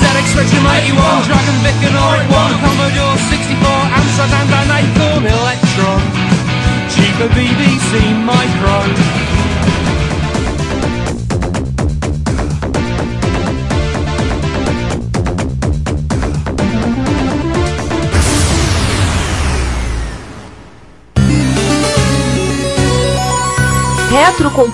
ZX Spectrum 81, Dragon Vic and Oric 1, Commodore 64, Amsterdam Dan 84, Electron, cheaper BBC Micro.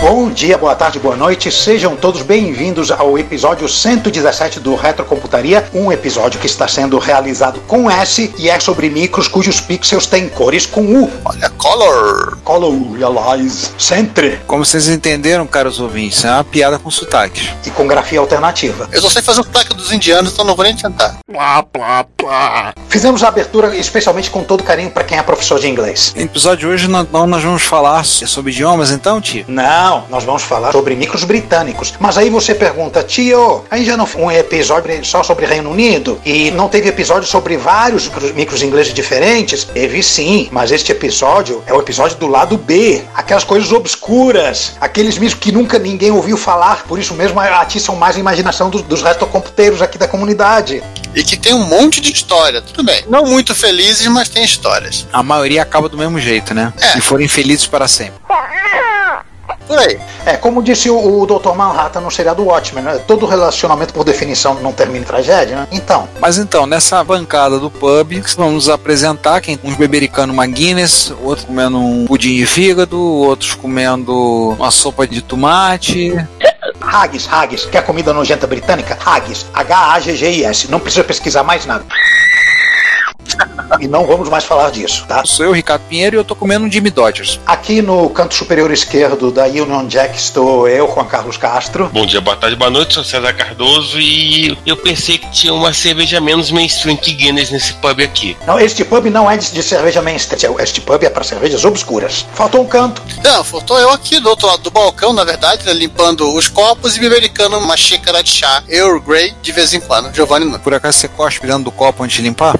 Bom dia, boa tarde, boa noite, sejam todos bem-vindos ao episódio 117 do Retrocomputaria, um episódio que está sendo realizado com S e é sobre micros cujos pixels têm cores com U. Olha, É Color! Colorialize Centre Como vocês entenderam, caros ouvintes, é uma piada com sotaque. e com grafia alternativa. Eu só sei fazer o sotaque dos indianos, então não vou nem tentar. Fizemos a abertura especialmente com todo carinho para quem é professor de inglês. No episódio de hoje, nós, nós vamos falar sobre idiomas, então, tio? Não, nós vamos falar sobre micros britânicos. Mas aí você pergunta, tio, aí já não foi um episódio só sobre Reino Unido? E não teve episódio sobre vários micros- micros ingleses diferentes? Teve sim, mas este episódio é o episódio do lado B. Aquelas coisas obscuras, aqueles micros que nunca ninguém ouviu falar, por isso mesmo atiçam mais a imaginação dos, dos retrocomputeiros aqui da comunidade. E que tem um monte de história, tudo bem. Não muito felizes, mas tem histórias. A maioria acaba do mesmo jeito, né? É. E foram infelizes para sempre. Por aí. É, como disse o, o Dr. Manhattan no seriado Watchmen, né? todo relacionamento, por definição, não termina em tragédia, né? Então, Mas então, nessa bancada do pub, vamos nos apresentar quem, uns bebericando uma Guinness, outro comendo um pudim de fígado, outros comendo uma sopa de tomate. Haggis, Haggis, que é a comida nojenta britânica? Haggis, H-A-G-G-I-S. Não precisa pesquisar mais nada. E não vamos mais falar disso, tá? Sou eu, Ricardo Pinheiro, e eu tô comendo um Jimmy Dodgers. Aqui no canto superior esquerdo da Union Jack estou eu, Juan Carlos Castro. Bom dia, boa tarde, boa noite, sou César Cardoso e eu pensei que tinha uma cerveja menos mainstream que Guinness nesse pub aqui. Não, este pub não é de, de cerveja mainstream. Este pub é para cervejas obscuras. Faltou um canto. Não, Então, faltou eu aqui do outro lado do balcão, na verdade, né, limpando os copos e bebericando uma xícara de chá. Earl Grey, de vez em quando. Giovanni não. Por acaso você cospe dentro do copo antes de limpar?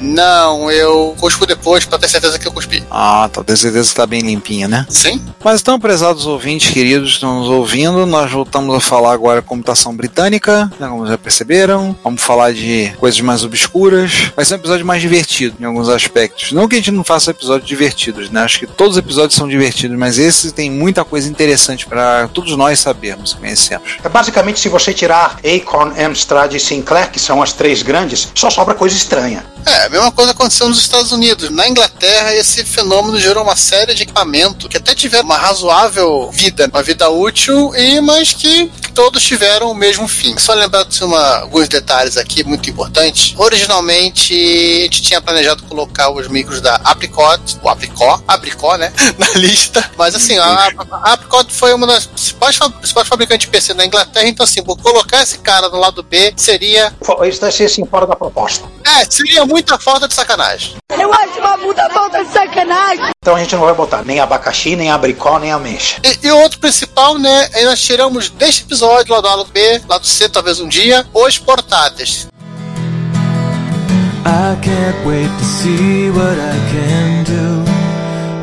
Não, eu cuspo depois pra ter certeza que eu cuspi. Ah, tá, tenho certeza que tá bem limpinha, né? Sim? Mas então, prezados ouvintes queridos que estão nos ouvindo, nós voltamos a falar agora de computação britânica, né, como já perceberam. Vamos falar de coisas mais obscuras. Vai ser um episódio mais divertido em alguns aspectos. Não que a gente não faça episódios divertidos, né? Acho que todos os episódios são divertidos, mas esse tem muita coisa interessante para todos nós sabermos e conhecermos. É basicamente, se você tirar Acorn, Amstrad e Sinclair, que são as três grandes, só sobra coisa estranha. É, a mesma coisa aconteceu nos Estados Unidos. Na Inglaterra, esse fenômeno gerou uma série de equipamento que até tiveram uma razoável vida, uma vida útil, e mas que todos tiveram o mesmo fim. Só lembrar de uma, alguns detalhes aqui muito importantes. Originalmente, a gente tinha planejado colocar os micros da Apricot, o Apricó, Apricó, né? Na lista. Mas assim, a, a Apricot foi uma das principais, fa- principais fabricantes de PC na Inglaterra, então assim, por colocar esse cara do lado B seria. Fa- Isso deve ser assim fora da proposta. É, seria muita falta de sacanagem. Eu acho uma puta falta de sacanagem. Então a gente não vai botar nem abacaxi, nem abricó, nem ameixa. E, e o outro principal, né? é Nós tiramos deste episódio, lá do lado B, lá do C, talvez um dia, os portáteis. I can't wait to see what I can do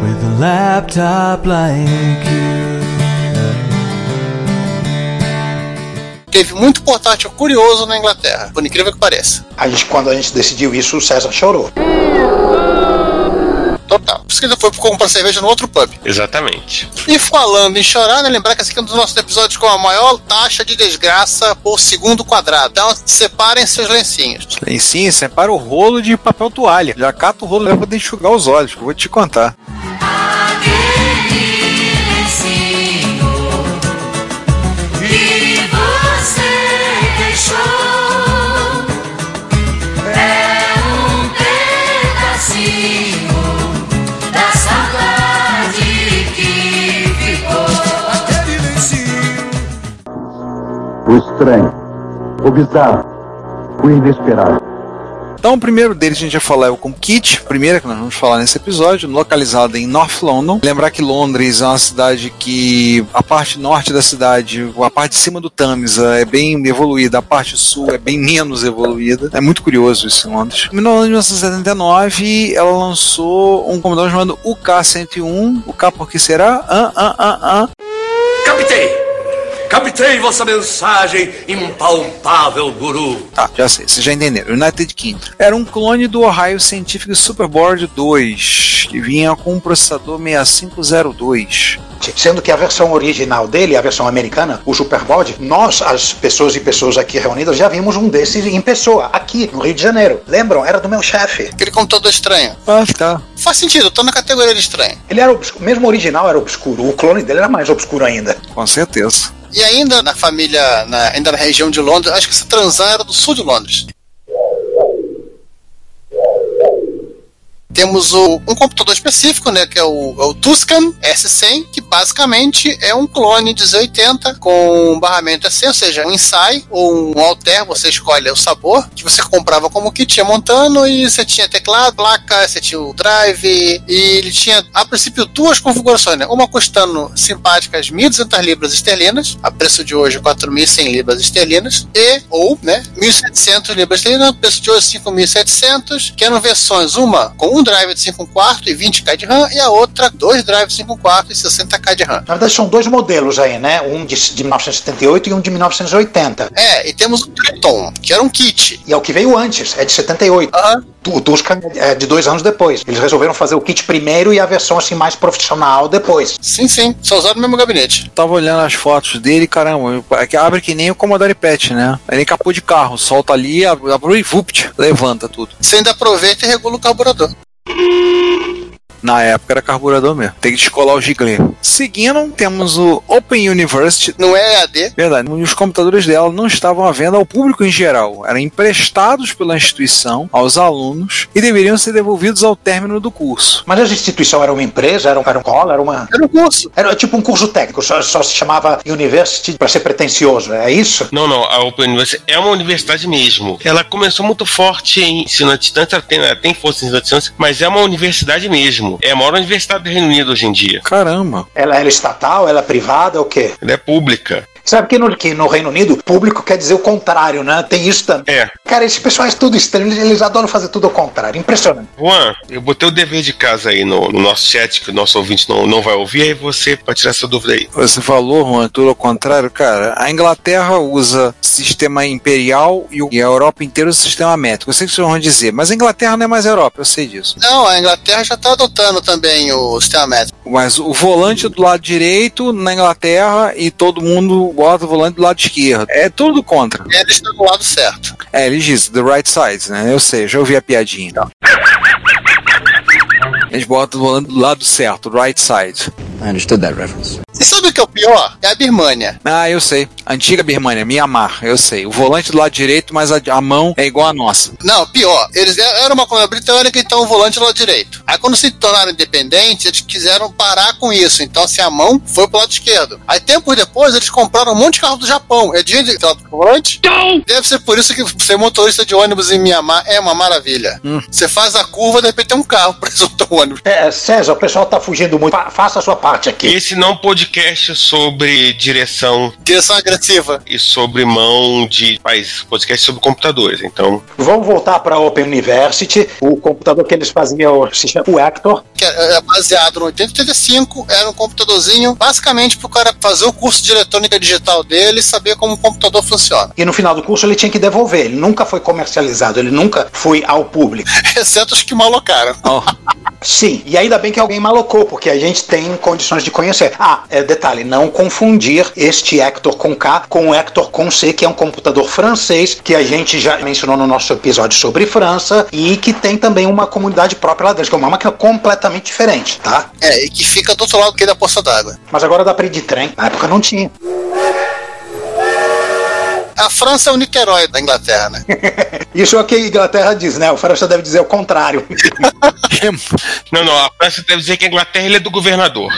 with a laptop like you. Teve muito portátil curioso na Inglaterra, por incrível que pareça. A gente, quando a gente decidiu isso, o César chorou. Total. Por isso que ele foi comprar cerveja no outro pub. Exatamente. E falando em chorar, né? Lembrar que esse aqui é um dos nossos episódios com a maior taxa de desgraça por segundo quadrado. Então, separem seus lencinhos. E sim, Né? separa o rolo de papel toalha. Já cata o rolo e leva pra enxugar os olhos, que eu vou te contar. o estranho, o bizarro, o inesperado. Então, o primeiro deles a gente já falar é o Kit, primeira que nós vamos falar nesse episódio, localizada em North London. Lembrar que Londres é uma cidade que a parte norte da cidade, a parte de cima do Tamisa é bem evoluída, a parte sul é bem menos evoluída. É muito curioso isso em Londres. Em 1979, ela lançou um comandante chamado UK-101. UK um. porque será? Ah, ah, ah, ah. Captei! Captei vossa mensagem, impalpável guru. Tá, já sei, vocês já entenderam. United Kingdom. Era um clone do Ohio Scientific Superboard 2, que vinha com um processador 6502. Sendo que a versão original dele, a versão americana, o Superbode, nós, as pessoas e pessoas aqui reunidas, já vimos um desses em pessoa, aqui no Rio de Janeiro. Lembram? Era do meu chefe. Aquele computador estranho. Ah, tá. Faz sentido, eu tô na categoria de estranho. Ele era obscuro, mesmo o original era obscuro, o clone dele era mais obscuro ainda. Com certeza. E ainda na família, na- ainda na região de Londres, acho que essa transar era do sul de Londres. Temos o- um computador específico, né, que é o, é o Tuscan S100, que basicamente é um clone de Z80 com um barramento S100, ou seja, um Insight ou um Alter, você escolhe o sabor, que você comprava como que tinha montando e você tinha teclado, placa, você tinha o drive, e ele tinha, a princípio, duas configurações, né? Uma custando simpáticas 1.200 libras esterlinas, a preço de hoje 4.100 libras esterlinas, e, ou, né, 1.700 libras esterlinas, a preço de hoje 5.700, que eram versões, uma com um drive de 5 quarto e 20k de RAM, e a outra, dois drives de 5 quarto e 60k de RAM. Na verdade, são dois modelos aí, né? Um de, de 1978 e um de 1980. É, e temos o Triton, que era um kit. E é o que veio antes, é de 78. Aham. O Tuscan é de dois anos depois. Eles resolveram fazer o kit primeiro e a versão assim mais profissional depois. Sim, sim, só usado no mesmo gabinete. Tava olhando as fotos dele, caramba, é que abre que nem o Commodore PET, né? Ele capô de carro, solta ali, abre abre e vupt, levanta tudo. Você ainda aproveita e regula o carburador. Na época era carburador mesmo. Tem que descolar o giglê. Seguindo, temos o Open University. Não é EAD, Verdade, os computadores dela não estavam à venda ao público em geral, eram emprestados pela instituição aos alunos e deveriam ser devolvidos ao término do curso. Mas essa instituição era uma empresa, era um, era um cola, era uma. era um curso. Era tipo um curso técnico, só, só se chamava University para ser pretencioso, é isso? Não, não, a Open University é uma universidade mesmo. Ela começou muito forte em ensino à distância, ela tem, ela tem força em ensino à distância, mas é uma universidade mesmo. É a maior universidade do Reino Unido hoje em dia. Caramba, Ela era estatal, ela é privada, o quê? Ela é pública. Sabe que no, que no Reino Unido, público quer dizer o contrário, né? Tem isso também. É. Cara, esses pessoal é tudo estranho, eles- eles adoram fazer tudo ao contrário, impressionante. Juan, eu botei o dever de casa aí no, no nosso chat, que o nosso ouvinte não, não vai ouvir, aí você pode tirar essa dúvida aí. você falou, Juan, tudo ao contrário, cara. A Inglaterra usa sistema imperial e o- e a Europa inteira usa sistema métrico. Eu sei o que vocês vão dizer, mas a Inglaterra não é mais a Europa, eu sei disso. Não, a Inglaterra já tá adotando também o sistema métrico. Mas o volante do lado direito na Inglaterra e todo mundo bota o volante do lado esquerdo. É tudo contra. Ele está do lado certo. É, ele diz the right side, né? Eu sei, já ouvi a piadinha. Tá. Eles botam o volante do lado certo, right side. E sabe o que é o pior? É a Birmania. Ah, eu sei. Antiga Birmania, Mianmar, eu sei. O volante do lado direito, mas a, a mão é igual a nossa. Não, pior. Eles er- eram uma colônia britânica, então o volante lá direito. Aí quando se tornaram independentes, eles quiseram parar com isso. Então, assim, a mão foi pro lado esquerdo. Aí tempos depois, eles compraram um monte de carro do Japão. É dia de troca do volante? Deve ser por isso que ser motorista de ônibus em Mianmar é uma maravilha. Você faz a curva, de repente tem um carro preso no teu ônibus. É, César, o pessoal tá fugindo muito. Fa- faça a sua parte aqui. Esse não podcast sobre direção Direção agressiva. e sobre mão de países, podcast sobre computadores, então. Vamos voltar para a Open University. O computador que eles faziam se chama o Hector. que era baseado no 8085, era um computadorzinho basicamente pro cara fazer o curso de eletrônica digital dele e saber como o computador funciona. E no final do curso ele tinha que devolver. Ele nunca foi comercializado, ele nunca foi ao público. Exceto os que malocaram. Ó, Sim, e ainda bem que alguém malocou, porque a gente tem condições de conhecer. Ah, é, detalhe, não confundir este Hector com K com o Hector com C, que é um computador francês, que a gente já mencionou no nosso episódio sobre França, e que tem também uma comunidade própria lá dentro, que é uma máquina completamente diferente, tá? É, e que fica do outro lado que da poça d'água. Mas agora dá pra ir de trem. Na época não tinha. A França é o Niterói da Inglaterra, né? Isso é o que a Inglaterra diz, né? O França deve dizer o contrário. Não, não, a França deve dizer que a Inglaterra ele é do governador.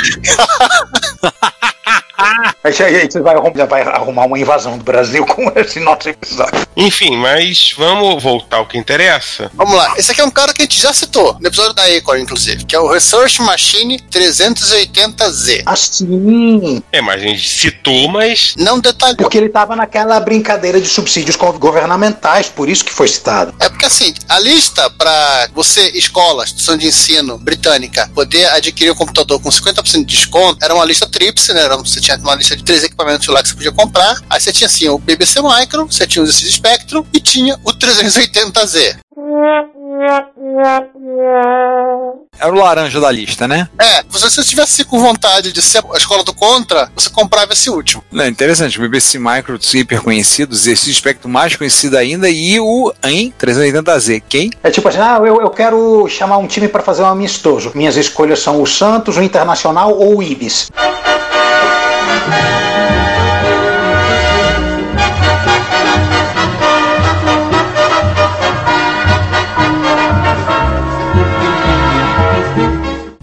Aí aí você vai arrumar, vai arrumar uma invasão do Brasil com esse nosso episódio. Enfim, mas vamos voltar ao que interessa. Vamos lá. Esse aqui é um cara que a gente já citou no episódio da Acorn, inclusive, que é o Research Machine 380Z. Ah, Assim. É, mas a gente citou, mas Não detalhou. Porque ele tava naquela brincadeira de subsídios co- governamentais, por isso que foi citado. É porque assim, a lista pra você, escola, instituição de ensino britânica, poder adquirir um computador com 50% de desconto, era uma lista tríplice, né? Era, um- você tinha uma lista de três equipamentos lá que você podia comprar. Aí você tinha assim o BBC Micro, você tinha o ZX Spectrum e tinha o 380Z. Era o laranja da lista, né? É, se você estivesse com vontade de ser a escola do contra, você comprava esse último. Não, interessante. O BBC Micro hiper conhecido, esse espectro mais conhecido ainda, e o em 380Z. Quem? É tipo assim, ah, eu, eu quero chamar um time pra fazer um amistoso. Minhas escolhas são o Santos, o Internacional ou o Ibis.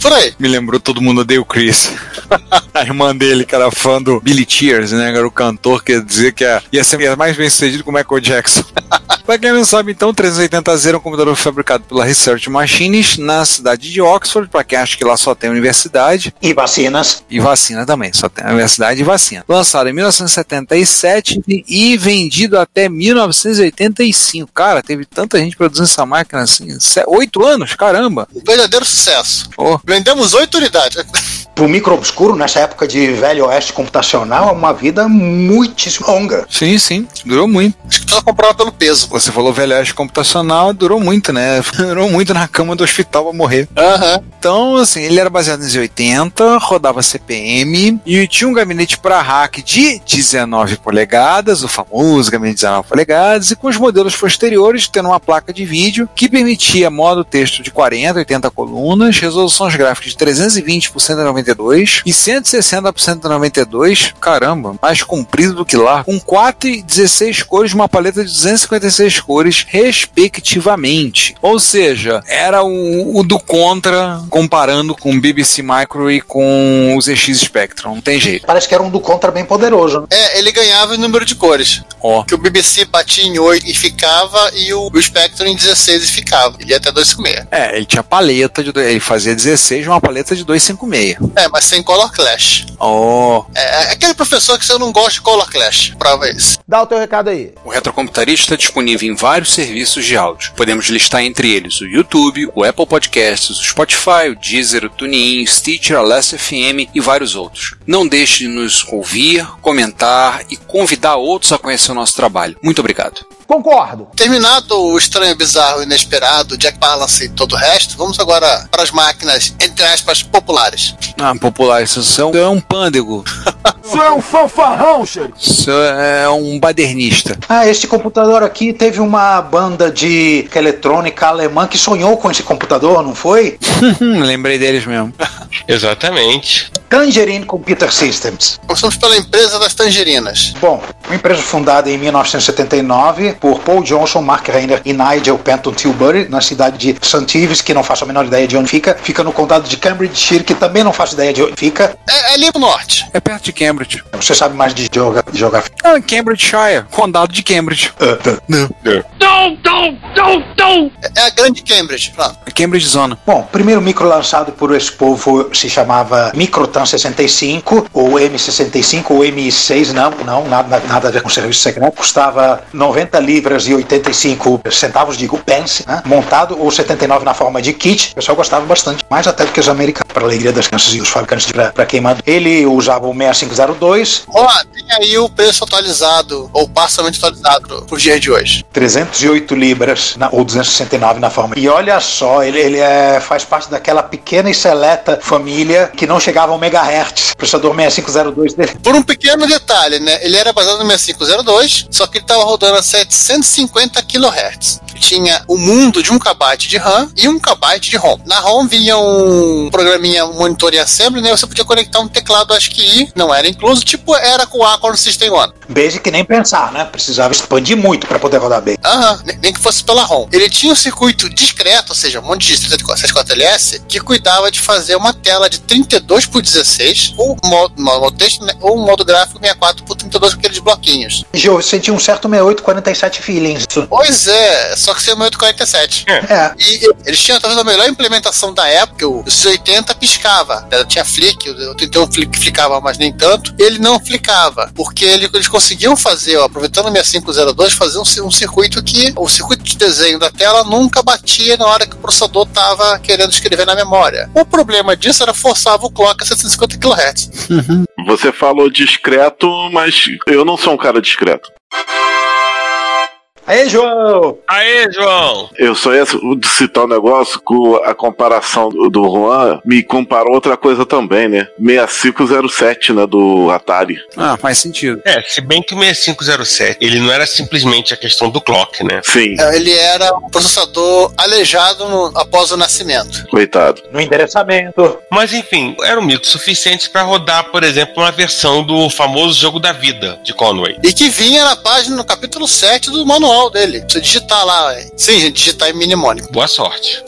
Por aí. Me lembrou todo mundo odeia o Chris. a irmã dele, que era fã do Billy Tears, né? Era o cantor que ia dizer que ia- ia ser mais bem sucedido que o Michael Jackson. Pra quem não sabe, então, o 380Z é um computador fabricado pela Research Machines na cidade de Oxford. Pra quem acha que lá só tem universidade, E vacinas. e vacina também, só tem a universidade e vacina. Lançado em 1977 e vendido até 1985. Cara, teve tanta gente produzindo essa máquina assim, se- oito anos, caramba. Um verdadeiro sucesso. Ô, Vendemos oito unidades. Pro micro obscuro, nessa época de velho oeste computacional, é uma vida muitíssimo longa. sim, sim, durou muito. Acho que só comprava pelo peso. Você falou velho oeste computacional, durou muito, né? Durou muito na cama do hospital pra morrer. Aham. Então, assim, ele era baseado nos 80, rodava CPM e tinha um gabinete para hack de 19 polegadas, o famoso gabinete de 19 polegadas, e com os modelos posteriores tendo uma placa de vídeo que permitia modo texto de 40, 80 colunas, resoluções gráficas de 320 por 192 e 160 por 192, caramba, mais comprido do que lá, com 4 e 16 cores, uma paleta de 256 cores, respectivamente. Ou seja, era o, o do contra comparando com o BBC Micro e com o ZX Spectrum. Não tem jeito. Parece que era um do contra bem poderoso. né? É, ele ganhava em número de cores. Ó. Que o BBC batia em 8 e ficava, e o, o Spectrum em 16 e ficava. Ele ia até 256. É, ele tinha paleta de. do- Ele fazia 16 uma paleta de 256. É, mas sem Color Clash. Ó. É, é aquele professor que você não gosta de Color Clash. Prova isso. Dá o teu recado aí. O Retrocomputaria está Um disponível em vários serviços de áudio. Podemos listar entre eles o YouTube, o Apple Podcasts, o Spotify, o Deezer, o TuneIn, o Stitcher, a Last FM e vários outros. Não deixe de nos ouvir, comentar e convidar outros a conhecer o nosso trabalho. Muito obrigado. Concordo. Terminado o estranho, bizarro, inesperado, Jack Palance e todo o resto, vamos agora para as máquinas, entre aspas, populares. Ah, popular, isso são- é um pândego. Você é um fanfarrão, cheiro. Isso é um badernista. Ah, esse computador aqui teve uma banda de eletrônica alemã que sonhou com esse computador, não foi? Hum, lembrei deles mesmo. exatamente. Tangerine Computer Systems. Começamos pela empresa das tangerinas. Bom, uma empresa fundada em 1979 por Paul Johnson, Mark Reiner e Nigel Penton Tilbury, na cidade de St. Ives, que não faço a menor ideia de onde fica. Fica no condado de Cambridgeshire, que também não faço ideia de onde fica. É, é ali pro norte. É perto de Cambridge. Você sabe mais de geogra- de geografia. Ah, Cambridgeshire, condado de Cambridge. É, é a grande Cambridge. Pronto. É Cambridge Zona. Bom, o primeiro micro lançado por esse povo se chamava Microtan 65, ou M65, ou MI6, não, não, nada, nada a ver com serviço secreto. Custava 90 libras e 85 centavos, digo, pence, né? montado, ou 79 na forma de kit. O pessoal gostava bastante, mais até do que os americanos, para alegria das crianças e os fabricantes de- pra pra queimado. Ele usava o 6502, Ó, tem aí o preço atualizado, ou parcialmente atualizado, por dias de hoje. 308 libras, na- ou 269 na forma. E olha só, ele, ele é, faz parte daquela pequena e seleta família que não chegava ao megahertz. O processador 6502 dele. Por um pequeno detalhe, né? Ele era baseado no 6502, só que ele estava rodando a 750 kHz. tinha o mundo de 1 KB de RAM e 1 KB de ROM. Na ROM vinha um programinha um monitor em assembly, né? Você podia conectar um teclado, acho que I, não era incluso, tipo era com o Acorn System One. Basic nem pensar, né? Precisava expandir muito pra poder rodar bem. Aham, ne- nem que fosse pela ROM. Ele tinha um circuito discreto, ou seja, um monte de 64LS, que cuidava de fazer uma tela de 32 por 16 ou um modo, um modo texto, né, ou um modo gráfico 64 por 32 com aqueles bloquinhos. Gil, eu senti um certo 6847 feeling. Isso. Pois é, só que sem o 847. É, E eles tinham talvez a melhor implementação da época, o 80 piscava. né? Tinha flick, o 31 flick flicava, mas nem tanto. Ele não flicava, porque ele- eles conseguiam fazer, ó, aproveitando o 6502, fazer um, ci- um circuito que o circuito de desenho da tela nunca batia na hora que o processador estava querendo escrever na memória. O problema disso era forçava o clock a 750 kHz. Você falou discreto, mas eu não sou um cara discreto. Aí, João! Aê, João! Eu só ia citar um negócio com a comparação do, do Juan me comparou outra coisa também, né? 6507, né? Do Atari. Ah, faz sentido. É, se bem que o 6507, ele não era simplesmente a questão do clock, né? Sim, É, Ele era um processador aleijado no- após o nascimento. coitado. no endereçamento. Mas enfim, era um mito suficiente pra rodar, por exemplo, uma versão do famoso jogo da vida de Conway. E que vinha na página, no capítulo 7 do manual dele. Você digitar lá, é. sim, gente, digitar em mnemônico. Boa sorte.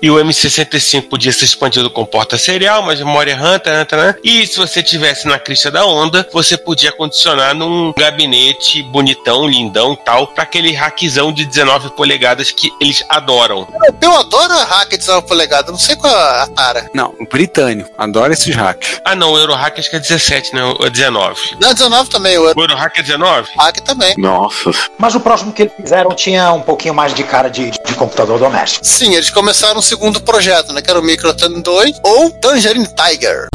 E o M65 podia ser expandido com porta serial, mas memória RAM, taran, taran. né, tá, e se você tivesse na crista da onda, você podia condicionar num gabinete bonitão, lindão, tal, pra aquele hackzão de 19 polegadas que eles adoram. Eu adoro a hack de 19 polegadas, não sei qual é a tara. Não, o britânico. Adora esses hacks. Ah não, o Eurohack acho que é 17, né? Ou é 19. Não, 19 também, o O Eurohack é 19? hack também. Nossa. Mas o próximo que eles fizeram tinha um pouquinho mais de cara de, de computador doméstico. Sim, eles começaram o segundo projeto, né? Que era o Micro Tangerine 2 ou Tangerine Tiger.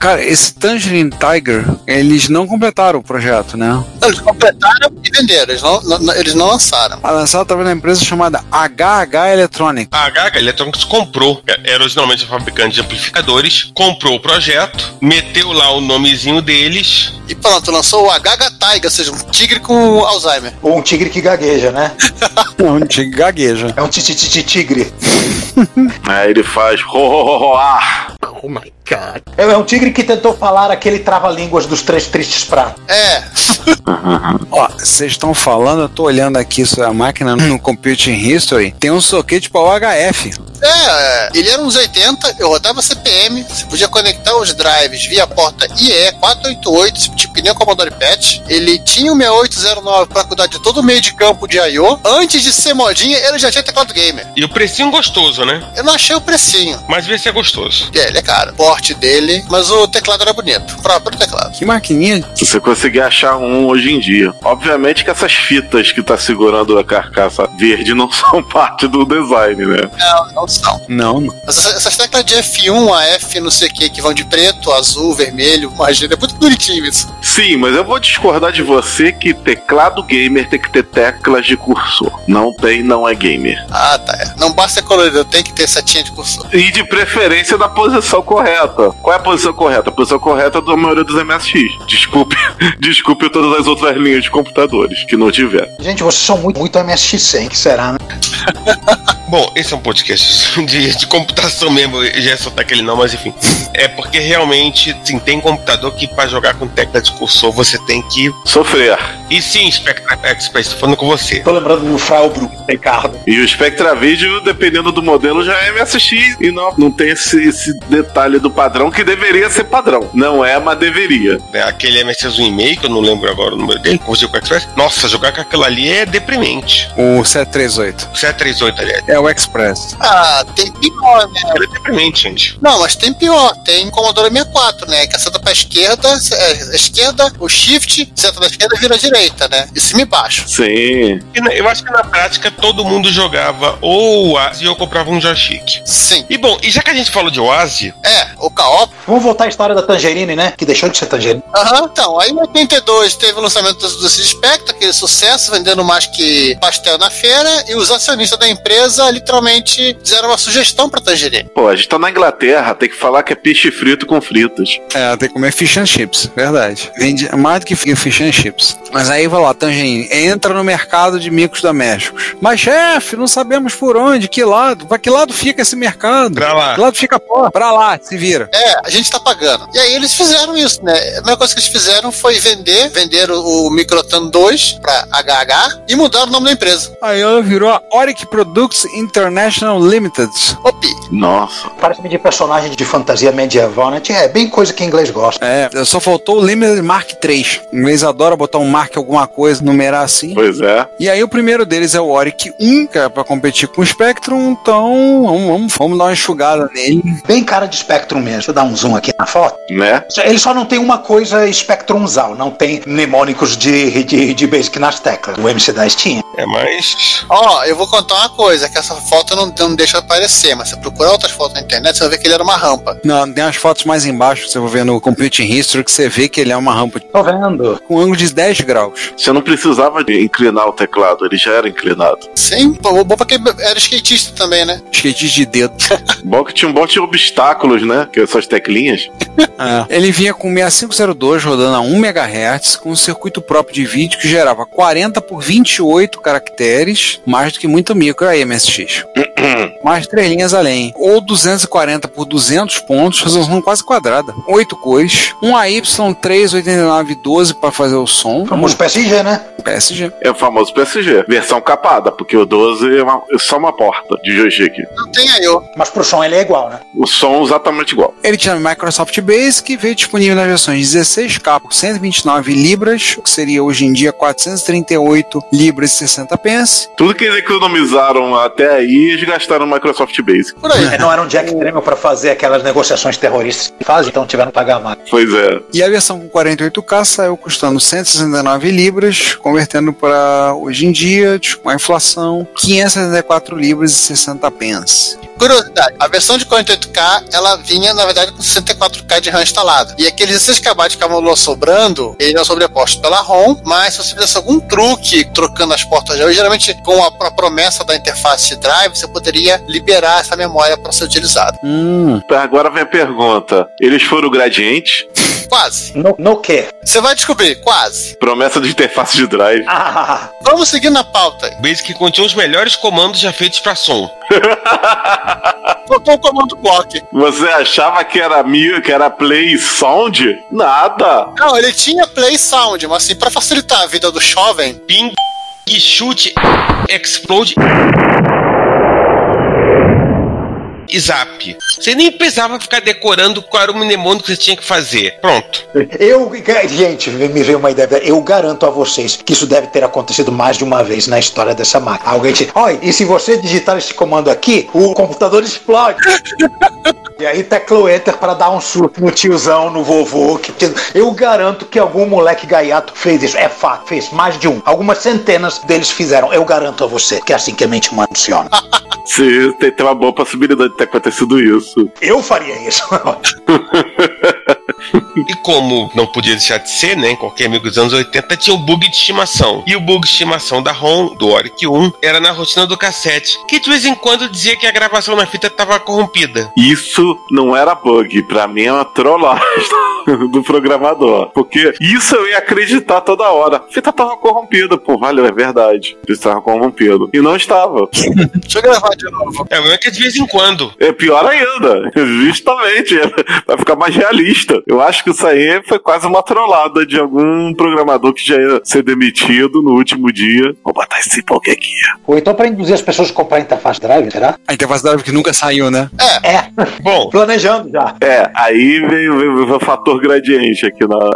Cara, esse Tangerine Tiger, eles não completaram o projeto, né? Não, Então, Eles completaram e venderam, eles não, não- não- eles não lançaram. A lançada estava na empresa chamada HH Electronic. A HH Ah, Electronics comprou, era originalmente um fabricante de amplificadores, comprou o projeto, meteu lá o nomezinho deles. E pronto, lançou o HH Tiger, ou seja, um tigre com Alzheimer. Ou um tigre que gagueja, né? Onde gagueja. É um ti-ti-ti-tigre. Aí ele faz. Ho, ho, ho, ho, ah. É, é um tigre que tentou falar aquele trava-línguas dos três tristes pratos. É, Ó, vocês estão falando, eu tô olhando aqui sobre a máquina no Computing History. Tem um soquete para o HF. É, ele era uns 80, eu rodava CPM, você podia conectar os drives via porta IE 488, tipo que nem o Commodore PET. Ele tinha o 6809 pra cuidar de todo o meio de campo de I.O. Antes de ser modinha, ele já tinha teclado gamer. E o precinho gostoso, né? Eu não achei o precinho. Mas vê se é gostoso. É, ele é caro. O porte dele, mas o teclado era bonito. O próprio teclado. Que maquininha. Se você conseguir achar um hoje em dia. Obviamente que essas fitas que tá segurando a carcaça verde não são parte do design, né? Não, não são. Não, não. Mas essa- essas teclas de F1 a F não sei o que, que vão de preto, azul, vermelho, magenta, é muito bonitinho isso. Sim, mas eu vou discordar de você que teclado gamer tem que ter teclas de cursor. Não tem, não é gamer. Ah, tá. é. Não basta ser colorido, tem que ter setinha de cursor. E de preferência da posição correta. Qual é a posição correta? A posição correta é da maioria dos MSX. Desculpe, desculpe todas as outras linhas de computadores que não tiveram. Gente, vocês são muito, muito MSX100, que será, né? Bom, esse é um podcast de, de computação mesmo, eu já é ia soltar aquele não, mas enfim. É porque realmente, sim, tem computador que pra jogar com tecla de cursor você tem que. Sofrer. E sim, Spectra Express, tô falando com você. Tô lembrando do Frau Bruno Ricardo. E o Spectra Video, dependendo do modelo, já é MSX e não, não tem esse, esse detalhe do padrão que deveria ser padrão. Não é, mas deveria. É Aquele MSX 1,5, que eu não lembro agora o número dele, confundi com o Express. Nossa, jogar com aquilo ali é deprimente. O 738. O 738, aliás, É o Express. Ah, tem pior, né? ele é deprimente, gente. Não, mas tem pior. Tem Commodore 64, né? Que acerta pra esquerda, é, esquerda, o shift, seta da esquerda vira direita, né? De cima e baixo. Sim. E na- Eu acho que na prática todo mundo jogava ou o Oasis ou comprava um joystick. Sim. E bom, e já que a gente falou de Oasis, É, o Caop. Vamos voltar à história da Tangerine, né? Que deixou de ser Tangerine. Aham, então, aí em 82 teve o lançamento do, do Cid Spectre, aquele sucesso, vendendo mais que pastel na feira, e os acionistas da empresa literalmente fizeram uma sugestão pra Tangerine. Pô, a gente tá na Inglaterra, tem que falar que é peixe frito com fritas. É, tem que comer fish and chips, verdade. Vende mais do que fish and chips. Mas aí vai lá, Tangerine, entra no mercado de micos domésticos. Mas chefe, não sabemos por onde, que lado, pra que lado fica esse mercado? Pra lá. Que lado fica a porra? Pra lá, se vira. É, a gente tá pagando. E aí eles fizeram isso, né? A primeira coisa que eles fizeram foi vender, venderam o Microtan 2 pra HH e mudaram o nome da empresa. Aí ela virou a Oric Products International Limited. OPI. Nossa. Parece de personagem de fantasia medieval, né? É bem coisa que inglês gosta. É, só faltou o Limited Mark 3. O inglês adora botar um Mark alguma coisa, numerar assim. Pois é. E aí o primeiro deles é o Oric 1, que é pra competir com o Spectrum, então vamos, vamos, vamos dar uma enxugada nele. Bem cara de Spectrum mesmo. Deixa eu dar um zoom aqui na foto. Né? Só- Ele só não tem uma coisa Spectrumzal, não tem mnemônicos de, de, de basic nas teclas. O MC10 tinha. É, mas. Ó, eu vou contar uma coisa, que essa foto não, não deixa aparecer, mas se você procurar outras fotos na internet, você vai ver que ele era uma rampa. Não, tem umas fotos mais embaixo que você vai ver no Computing History que você vê que ele é uma rampa Tô vendo. com um ângulo de 10 graus. Você não precisava de inclinar o teclado, ele já era inclinado. Sim, pô, bom pra quem era skatista também, né? Skatista de dedo. Bom que tinha um monte de obstáculos, né? Que essas teclinhas. É. Ele vinha com 6502 rodando a 1 MHz, com um circuito próprio de vídeo que gerava 40 por 28 caracteres, mais do que muito micro aí, MSX. mais três linhas além. Ou 240 por 200 pontos, resolução quase quadrada. Oito cores. Um AY38912 para fazer o som. Famoso PSG, né? PSG. É o famoso PSG. Versão capada, porque o 12 é, uma- é só uma porta de joystick. Não tem aí, ó. Mas pro som ele é igual, né? O som exatamente igual. Ele tinha o Microsoft Base, que veio disponível nas versões 16K por 129 libras, o que seria hoje em dia 438 libras e 60 pence. Tudo que eles economizaram até aí, eles gastaram no Microsoft Basic. Por aí. É, Não era um Jack Tremel pra fazer aquelas negociações terroristas que fazem, então tiveram que pagar mais. Pois é. E a versão com 48K saiu custando 169 libras, convertendo para hoje em dia, tipo, com a inflação, 564 libras e 60 pence. Curiosidade, a versão de 48K, ela vinha, na verdade, com 64K de RAM instalado. E aqueles 16 KB de camulou sobrando, ele é sobreposto pela ROM, mas se você fizesse algum truque trocando as portas de RAM, geralmente com a, a promessa da interface de drive, você poderia liberar essa memória para ser utilizada. Hum, Então, Agora vem a pergunta. Eles foram gradientes? Quase. No, no quê? Você vai descobrir, quase. Promessa de interface de drive. Ah, Vamos seguir na pauta. O Basic continha os melhores comandos já feitos pra som. Botou o comando block. Você achava que era mil, que era play sound? Nada. Não, ele tinha play sound, mas assim, para facilitar a vida do jovem, Ping e chute, explode e zap. Você nem precisava ficar decorando qual era o mnemônico que você tinha que fazer. Pronto. eu, gente, me veio uma ideia. Eu garanto a vocês que isso deve ter acontecido mais de uma vez na história dessa máquina. Alguém disse, olha, e se você digitar esse comando aqui, o computador explode. E aí teclou Enter pra dar um surto no tiozão, no vovô. Que tinha- Eu garanto que algum moleque gaiato fez isso. É fato, fez mais de um. Algumas centenas deles fizeram. Eu garanto a você que é assim que a mente humana funciona. Se tem, tem uma boa possibilidade de ter acontecido isso. Eu faria isso. E como não podia deixar de ser, né? em Qualquer amigo dos anos 80 tinha o bug de estimação. E o bug de estimação da ROM, do Oric 1, era na rotina do cassete. Que de vez em quando dizia que a gravação na fita estava corrompida. É, Isso não era bug, pra mim é uma trollagem do programador. Porque isso eu ia acreditar toda hora. Fita tava corrompida, pô, valeu, é verdade. Fita tava corrompido. E não estava. deixa eu gravar de novo. É, o problema é que de vez em quando. É pior ainda, justamente. Vai ficar mais realista. Eu acho que isso aí foi quase uma trollada de algum programador que já ia ser demitido no último dia. Vou botar esse bug aqui. Ou então pra induzir as pessoas a comprar interface drive, será? a interface da que nunca saiu, né? É, Bom, planejando já. É, aí veio, veio- veio o fator por gradiente aqui na,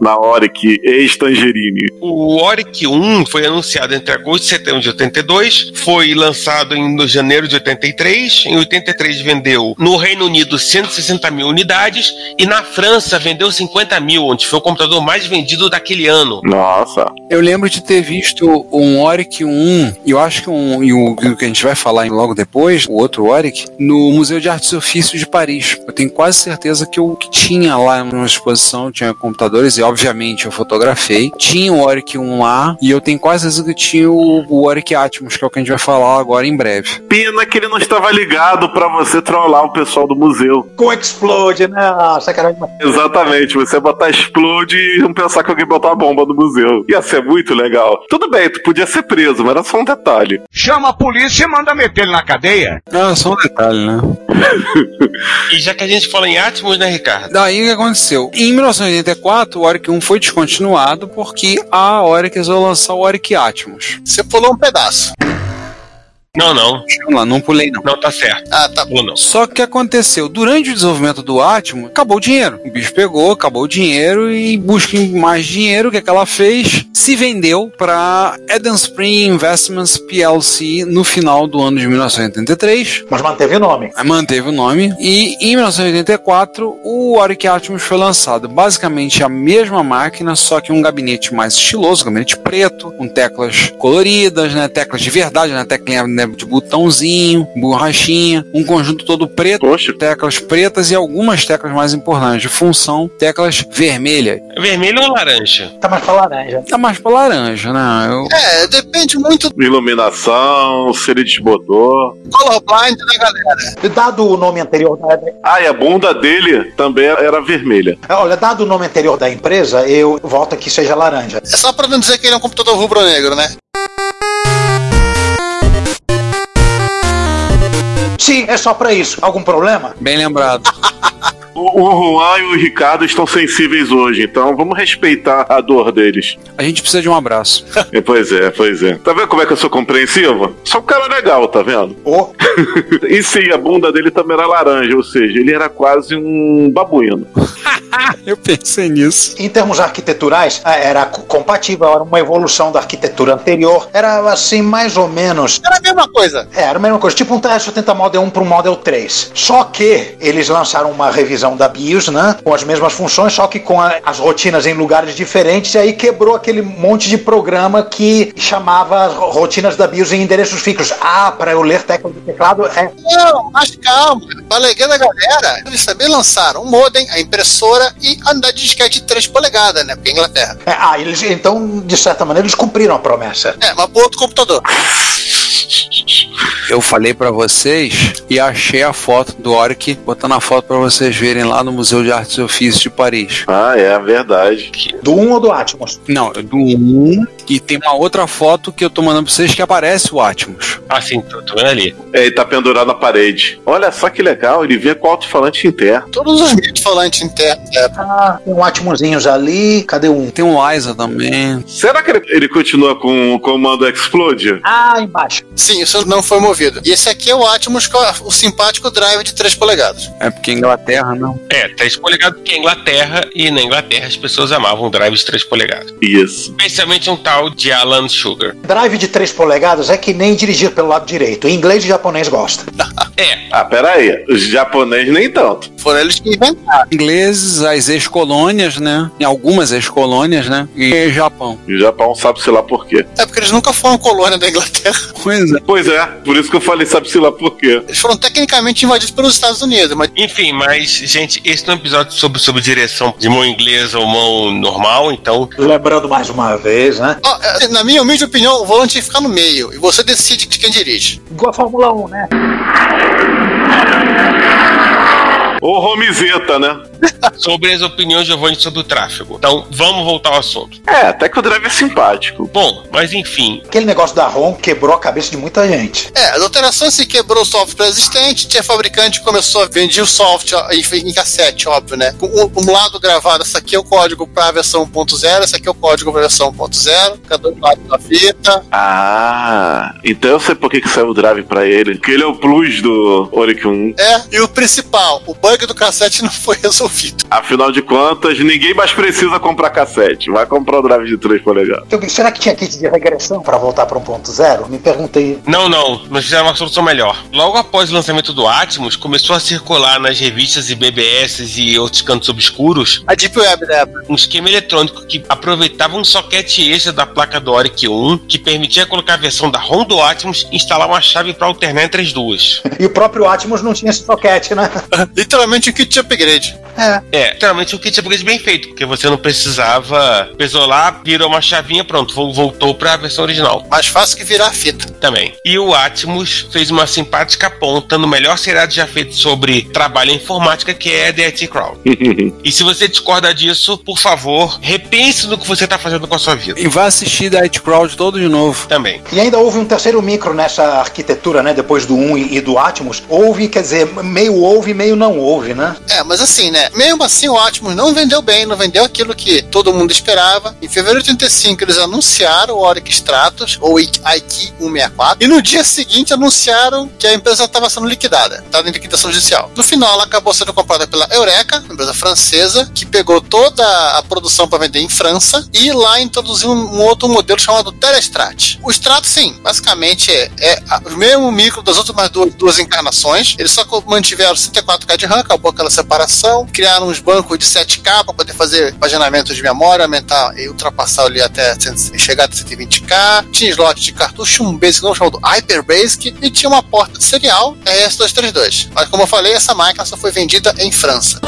na Oric ex-Tangerine. O Oric 1 foi anunciado entre agosto e setembro de 82, foi lançado em no janeiro de 83. Em 83 vendeu no Reino Unido 160 mil unidades e na França vendeu 50 mil, onde foi o computador mais vendido daquele ano. Nossa. Eu lembro de ter visto um Oric 1, e eu acho que um, e o e o que a gente vai falar logo depois, o outro Oric, no Museu de Artes e Ofícios de Paris. Eu tenho quase certeza que o que tinha lá numa exposição, tinha computadores, e obviamente eu fotografei. Tinha o Oric 1 lá, e eu tenho quase certeza que tinha o, o Oric Atmos, que é o que a gente vai falar agora em breve. Pena que ele não estava ligado pra você trollar o pessoal do museu. Com Explode, né? Ah, sacanagem. Exatamente, você botar explode e não pensar que alguém botou a bomba no museu. Ia ser muito legal. Tudo bem, tu podia ser preso, mas era só um detalhe. Chama a polícia e manda meter ele na cadeia. Ah, só um detalhe, né? E já que a gente fala em Atmos, né, Ricardo? Daí o que aconteceu? Em 1984, o Oric 1 foi descontinuado porque a Oric resolveu lançar o Oric Atmos. Você pulou um pedaço. Não, não. Vamos lá, não pulei não. Não tá certo. Ah, tá. Ou não. Só que o que aconteceu? Durante o desenvolvimento do Atmos, acabou o dinheiro. O bicho pegou, acabou o dinheiro e em busca de mais dinheiro. O que, é que ela fez? Se vendeu para Eden Spring Investments PLC no final do ano de 1983. Mas manteve o nome. Aí manteve o nome. E em 1984, o Oric Atmos foi lançado. Basicamente a mesma máquina, só que um gabinete mais estiloso, um gabinete preto, com teclas coloridas, né? Teclas de verdade, né? Teclinha né, de botãozinho, borrachinha, um conjunto todo preto, Poxa. teclas pretas e algumas teclas mais importantes de função, teclas vermelhas. É Vermelho ou laranja? Tá mais pra laranja. Tá mais pra laranja, né? Eu- É, depende muito do Iluminação, se ele desbotou. colorblind da galera. E Dado o nome anterior da, É, Ah, e a bunda dele também era vermelha. olha, dado o nome anterior da empresa, eu voto que seja laranja. É só pra não dizer que ele é um computador rubro-negro, né? Sim, é só pra isso. Algum problema? Bem lembrado. O, o Juan e o Ricardo estão sensíveis hoje, então vamos respeitar a dor deles. A gente precisa de um abraço. É, pois é, pois é. Tá vendo como é que eu sou compreensivo? Sou um cara legal, tá vendo? Ô, E sim, a bunda dele também era laranja, ou seja, ele era quase um babuíno. Eu pensei nisso. em termos arquiteturais, ah, era co- compatível, era uma evolução da arquitetura anterior. Era assim, mais ou menos. Era a mesma coisa. É, era a mesma coisa, tipo um TR-70 Model 1 para um Model 3. Só que eles lançaram uma revisão da BIOS, né? Com as mesmas funções, só que com a- as rotinas em lugares diferentes, e aí quebrou aquele monte de programa que chamava as ro- rotinas da BIOS em endereços fixos. Ah, para eu ler tecla do teclado, é. Não, mas calma. Pra alegria da galera, eles também lançaram um modem, a impressora e a unidade de disquete de 3 polegadas, né? Porque é Inglaterra. é ah, eles, então, de certa maneira, eles cumpriram a promessa. É, mas pro outro computador. Eu falei pra vocês e achei a foto do Oric, botando a foto pra vocês verem lá no Museu de Artes e Ofícios de Paris. Ah, é, verdade. Do 1 ou do Atmos? Não, é do 1 e tem uma outra foto que eu tô mandando pra vocês que aparece o Atmos. Assim, tô, tô vendo ali. É, ele tá pendurado na parede. Olha só que legal, ele vinha com alto-falante interno. Todos os mil falantes internos. É, Ah, tem um Atmosinhos ali. Cadê um? Tem um Liza também. Será que ele, ele continua com o comando Explode? Ah, embaixo. sim, isso não foi movido. E esse aqui é o Atmos com a- o simpático drive de 3 polegadas. É porque Inglaterra né? não. É, 3 polegadas porque é Inglaterra e na Inglaterra as pessoas amavam drives 3 polegadas. Isso. Especialmente um tal de Alan Sugar. Drive de 3 polegadas é que nem dirigir pelo lado direito. Em inglês e japonês gosta. É, Ah, peraí, os japoneses nem tanto. Foram eles que inventaram. Ingleses, as ex-colônias, né? Em algumas ex-colônias, né? E Japão. O Japão sabe-se lá por quê. É porque eles nunca foram colônia da Inglaterra. Pois é. Pois é, por isso que eu falei sabe-se lá por quê. Eles foram tecnicamente invadidos pelos Estados Unidos, mas enfim, mas, gente, esse não é um episódio sobre, sobre direção de mão inglesa ou mão normal, então. Lembrando mais uma vez, né? Ó, é, na minha humilde opinião, o volante fica no meio e você decide de quem dirige. Igual a Fórmula 1, né? Ou homizeta, né? Sobre as opiniões de Giovanni sobre o tráfego. Então, vamos voltar ao assunto. É, até que o drive é simpático. Bom, mas enfim, Aquele negócio da ROM quebrou a cabeça de muita gente. É, as alterações se quebrou o software existente, tinha fabricante que começou a vender o software em, em cassete, óbvio, né? Com Um, um lado gravado, esse aqui é o código para a versão 1.0, esse aqui é o código para a versão 1.0, cada um lado da fita. Ah, então eu sei por que, que saiu o drive pra ele. Porque ele é o plus do Oric 1. É, e o principal, o bug do cassete não foi resolvido. fita. Afinal de contas, ninguém mais precisa comprar cassete. Vai comprar o drive de 3 polegadas. Então, será que tinha kit de regressão pra voltar pra 1.0? Me perguntei. Não, não, nós fizemos uma solução melhor. Logo após o lançamento do Atmos, começou a circular nas revistas e BBS e outros cantos obscuros A Deep Web né? da época. um esquema eletrônico que aproveitava um soquete extra da placa do Oric 1 que permitia colocar a versão da ROM do Atmos e instalar uma chave para alternar entre as duas. E o próprio Atmos não tinha esse soquete, né? Literalmente um kit de upgrade. É, literalmente um kit upgrade bem feito, porque você não precisava pesolar, virou uma chavinha, pronto, vol- voltou para a versão original Mais fácil que virar a fita. também. E o Atmos fez uma simpática ponta no melhor seriado já feito sobre trabalho em informática, que é The IT Crowd. E se você discorda disso, por favor, repense no que você está fazendo com a sua vida. E vai assistir da It Crowd todo de novo. Também. E ainda houve um terceiro micro nessa arquitetura, né? Depois do 1 e e do Atmos. Houve, quer dizer, meio houve, meio não houve, né? É, mas assim, né? Mesmo assim, o Atmos não vendeu bem, não vendeu aquilo que todo mundo esperava. Em fevereiro de 85, eles anunciaram o Oric Stratos, ou IQ 164, e no dia seguinte anunciaram que a empresa estava sendo liquidada, estava em liquidação judicial. No final, ela acabou sendo comprada pela Eureka, uma empresa francesa, que pegou toda a produção para vender em França e lá introduziu um outro modelo chamado Telestrat. O Strato, sim, basicamente é, é a- o mesmo micro das últimas duas, duas encarnações. Eles só co- mantiveram 64K de RAM, acabou aquela separação, criaram uns bancos de 7K para poder fazer paginamento de memória, aumentar e ultrapassar ali até 100 chegar até 120K. Tinha slot de cartucho, um basic não chamado Hyper Basic e tinha uma porta de serial RS-232. Mas como eu falei, essa máquina só foi vendida em França.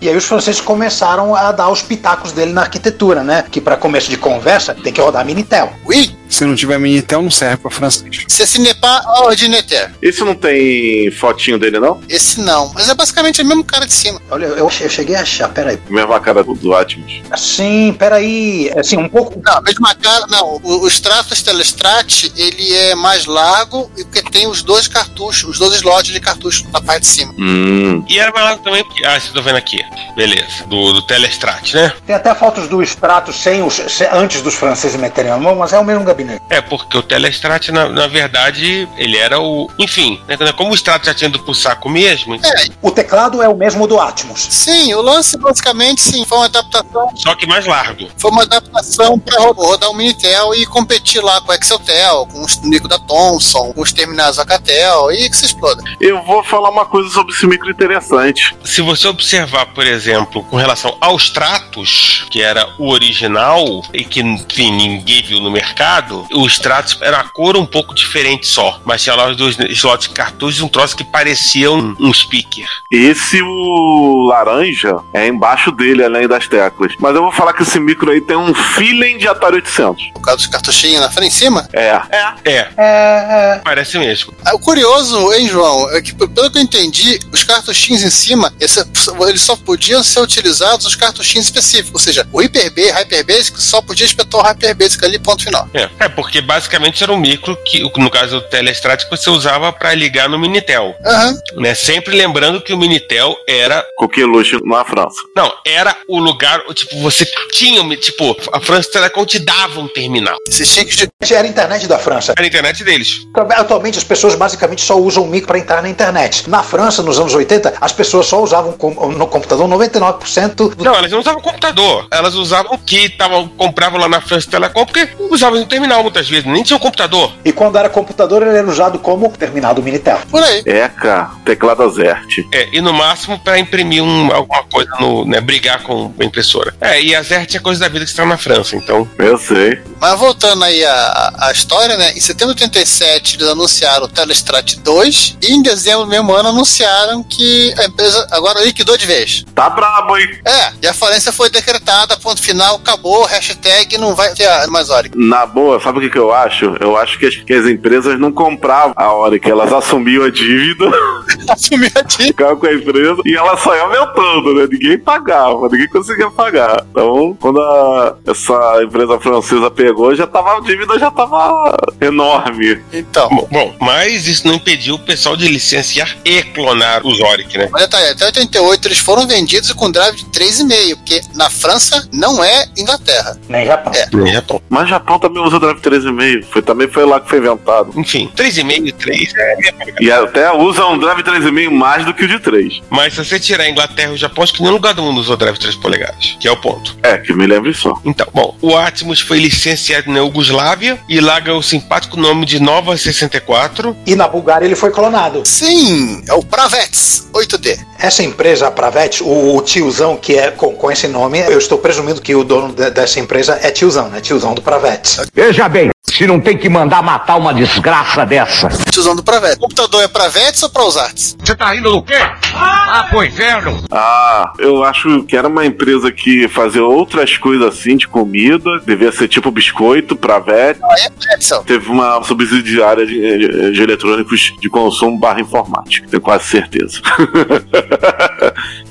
E aí os franceses começaram a dar os pitacos dele na arquitetura, né? Que pra começo de conversa tem que rodar Minitel. Oui, Se não tiver Minitel, não serve pra francês. c'est ce n'est pas ordinateur. Esse não tem fotinho dele, não? Esse não, mas é basicamente o mesmo cara de cima. Olha, eu, eu cheguei a achar, peraí. Mesma cara do, do Atmos. Sim, peraí. Assim, um pouco. Não, a mesma cara, não. O, o Stratos Telestrat, ele é mais largo e porque tem os dois cartuchos, os dois slots de cartucho na parte de cima. Hum. E era mais largo também, porque. Ah, estou vendo aqui. Beleza. Do, do Telestrat, né? Tem até fotos do extrato sem os, sem- antes dos franceses meterem a mão, mas é o mesmo gabinete. É, porque o Telestrat, na, na verdade, ele era o. Enfim, né, como o Strat já tinha ido pro saco mesmo, O teclado é o mesmo do Atmos. Sim, o lance basicamente sim, foi uma adaptação, só que mais largo. foi uma adaptação para rodar o Minitel e competir lá com o Exceltel, com os Nico da Thomson, com os terminais Acatel e que se exploda. Eu vou falar uma coisa sobre esse micro interessante. Se você observar, por exemplo, com relação aos Stratos, que era o original e que, enfim, ninguém viu no mercado, o Stratos era a cor um pouco diferente só. Mas tinha lá os dois slots de cartuchos e um troço que parecia um, um speaker. Esse o laranja é embaixo dele, além das teclas. Mas eu vou falar que esse micro aí tem um feeling de Atari 800. Por causa dos cartuchinhos na frente em cima. É. É. É, É, é. parece mesmo. Ah, O curioso, hein, João, é que pelo que eu entendi, os cartuchinhos em cima, esse- eles só podiam ser utilizados os cartuchinhos específicos. Ou seja, o Hyper B, Hyper Basic, só podia espetar o Hyper Basic ali, ponto final. É, é, porque basicamente era um micro que, no caso do Telestrat, que você usava para ligar no Minitel. Aham. né? Sempre lembrando que o Minitel era. Coqueluche na França. Não, era o lugar. Tipo, você tinha. um- Tipo, a França Telecom te dava um terminal. Você tinha que. Era a internet da França. Então, Era a internet deles. Atualmente as pessoas basicamente só usam o micro para entrar na internet. Na França, nos anos 80, as pessoas só usavam com- no computador 99% do Não, elas não usavam computador. Elas usavam o que tavam, compravam lá na França Telecom, porque usavam no terminal muitas vezes. Nem tinham computador. E quando era computador, ele era usado como terminado Minitel. Por aí. Eca, teclado Azerte. É, e no máximo para imprimir um- alguma coisa no. né, brigar com a impressora. É, e a Zert é coisa da vida que está na França, então. Eu sei. Mas voltando aí à, à história, né? Em setembro de 87, eles anunciaram o Telestrat 2. E em dezembro do mesmo ano, anunciaram que a empresa agora liquidou de vez. Tá brabo, hein? É, e a falência foi decretada, ponto final, acabou, hashtag, não vai ter mais hora. Na boa, sabe o que, que eu acho? Eu acho que as, que as empresas não compravam a hora que elas assumiam a dívida, Assumiu a dívida. ficavam com a empresa e ela saiu aumentando, né? Ninguém pagava, ninguém conseguia pagar. Então, quando a- essa empresa francesa pegou, já tava, a dívida já tava enorme. Então. Bom, bom, mas isso não impediu o pessoal de licenciar e clonar os Oric, né? Mas detalhe, tá até 88 eles foram vendidos com drive de 3,5, porque na França não é Inglaterra. Nem né, Japão. É. Em Japão. Mas Japão também usa Drive 3,5. Foi, também foi lá que foi inventado. Enfim, 3,5 e 3 é. E até usa um drive 3,5 mais do que o de 3. Mas se você tirar a Inglaterra e o Japão, acho que nenhum lugar do mundo usou drive 3 polegadas, que é o ponto. É, que me lembre só. Então, bom, o Atmos foi licenciado na Yugoslávia e lá ganhou o simpático nome de Nova 64. E na Bulgária ele foi clonado. Sim, é o Pravets 8D. Essa empresa, a Pravete, o, o tiozão que é com, com esse nome, eu estou presumindo que o dono de- dessa empresa é tiozão, né? Tiozão do Pravete. Veja bem, se não tem que mandar matar uma desgraça dessa. Tiozão do Pravets. Computador é Pravets ou Prausarts? Você tá rindo do quê? Ah, pro inferno! Ah, eu acho que era uma empresa que fazia outras coisas assim de comida. Devia ser tipo biscoito, pravete. Ah, é Pretzel. Teve uma subsidiária de, de- de eletrônicos de consumo barra informática. Tenho quase certeza.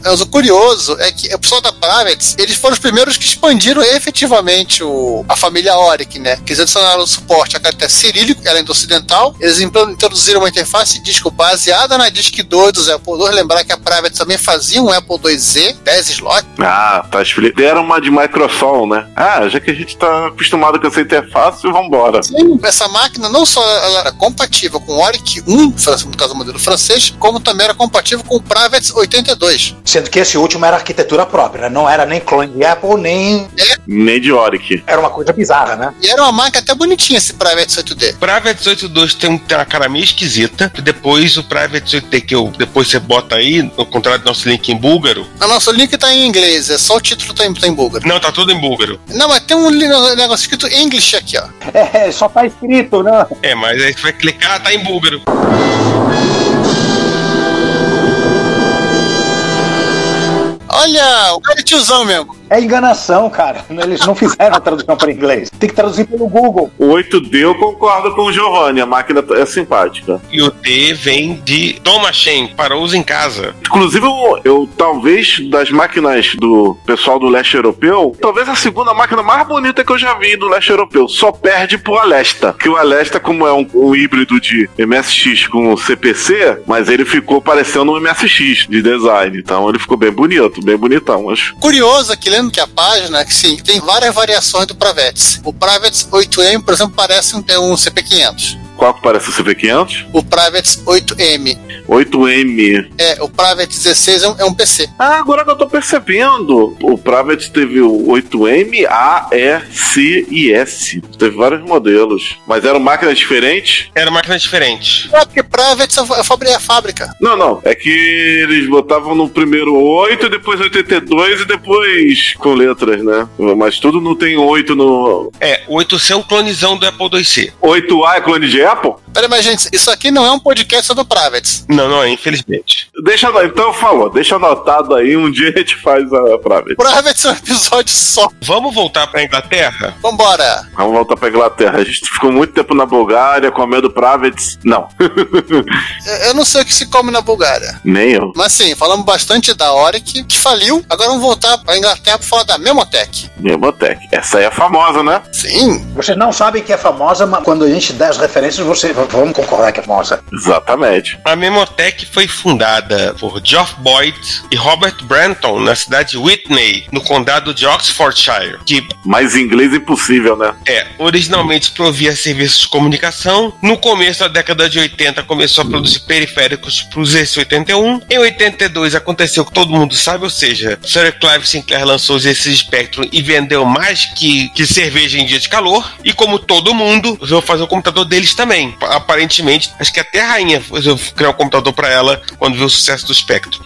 Mas o curioso é que o pessoal da Pravets, eles foram os primeiros que expandiram efetivamente o, a família Oric, né? Que eles adicionaram o suporte à caractere cirílico, que era ocidental. Eles implan- introduziram uma interface de disco baseada na Disk 2 dos Apple II. Lembrar que a Pravets também fazia um Apple IIe, 10 slot. ah, tá explicado. Era uma de Microsoft, né? Ah, já que a gente tá acostumado com essa interface, vambora. Sim, Essa máquina não só ela era compatível com o Oric 1, fran- no caso do modelo francês, como também era compatível com o Pravets 82. Sendo que esse último era arquitetura própria, né? não era nem clone de Apple, nem. Nem de Oric. Era uma coisa bizarra, né? E era uma máquina até bonitinha esse Pravets 8D. Private 182 tem, um- tem uma cara meio esquisita. e Depois o Private 8D que eu, depois você bota aí, no contrário do nosso link em búlgaro. Ah, nossa, o link tá em inglês, é só o título tá em, tá em búlgaro. Não, tá tudo em búlgaro. Não, mas tem um li- negócio escrito English aqui, ó. É, só tá escrito, né? É, mas aí você vai clicar, tá em búlgaro. Olha, o cara é tiozão mesmo. É enganação, cara. Eles não fizeram a tradução para inglês. Tem que traduzir pelo Google. O 8D eu concordo com o Giovanni, a máquina é simpática. E o D vem de Toma Shen, para uso em casa. Inclusive, eu, eu, talvez das máquinas do pessoal do leste europeu, talvez a segunda máquina mais bonita que eu já vi do leste europeu. Só perde pro Alesta. Que o Alesta, como é um, um híbrido de MSX com CPC, mas ele ficou parecendo um MSX de design. Então ele ficou bem bonito, bem bonitão, acho. Curioso aqui, lendo que a página, que sim, tem várias variações do Pravets. O Pravets 8M, por exemplo, parece um, é um CP500. Qual que parece o CP500? O Pravets 8M 8M. é, o Pravets 16 é um, é um PC. Ah, agora que eu tô percebendo. O Pravit teve o 8M, A, E, C e S. Teve vários modelos. Mas eram máquinas diferentes? Era uma máquina diferente. Ah, porque Pravets é a fábrica. É a fábrica. Não, não. É que eles botavam no primeiro 8, depois 82 e depois com letras, né? Mas tudo não tem 8 no. É, o 8C é um clonizão do Apple IIc. 8A é clone de Apple? Pera, mas gente, isso aqui não é um podcast sobre o Pravets. Não, não, é, infelizmente. Deixa ano- Então falou, deixa anotado aí, um dia a gente faz a Pravit. Pravets é um episódio só. Vamos voltar pra Inglaterra? Vambora. Vamos voltar pra Inglaterra. A gente ficou muito tempo na Bulgária comendo Pravits. Não. Eu, eu não sei o que se come na Bulgária. Nem eu. Mas sim, falamos bastante da Oric, que faliu. Agora vamos voltar pra Inglaterra pra falar da Memotech. Memotec. Essa aí é famosa, né? Sim. Vocês não sabem que é famosa, mas quando a gente dá as referências, vocês v- vão concordar que é famosa. Exatamente. A Memotech foi fundada por Geoff Boyd e Robert Branton na cidade de Whitney, no condado de Oxfordshire, que Mas em inglês impossível, né? é originalmente provia serviços de comunicação. No começo da década de 80 começou a produzir periféricos para os S81. Em 82 aconteceu o que todo mundo sabe, ou seja, Sir Clive Sinclair lançou os S Spectrum e vendeu mais que, que cerveja em dia de calor. E como todo mundo, resolveu fazer o computador deles também. Aparentemente, acho que até a rainha resolveu criar um computador para ela quando viu o sucesso do Spectrum.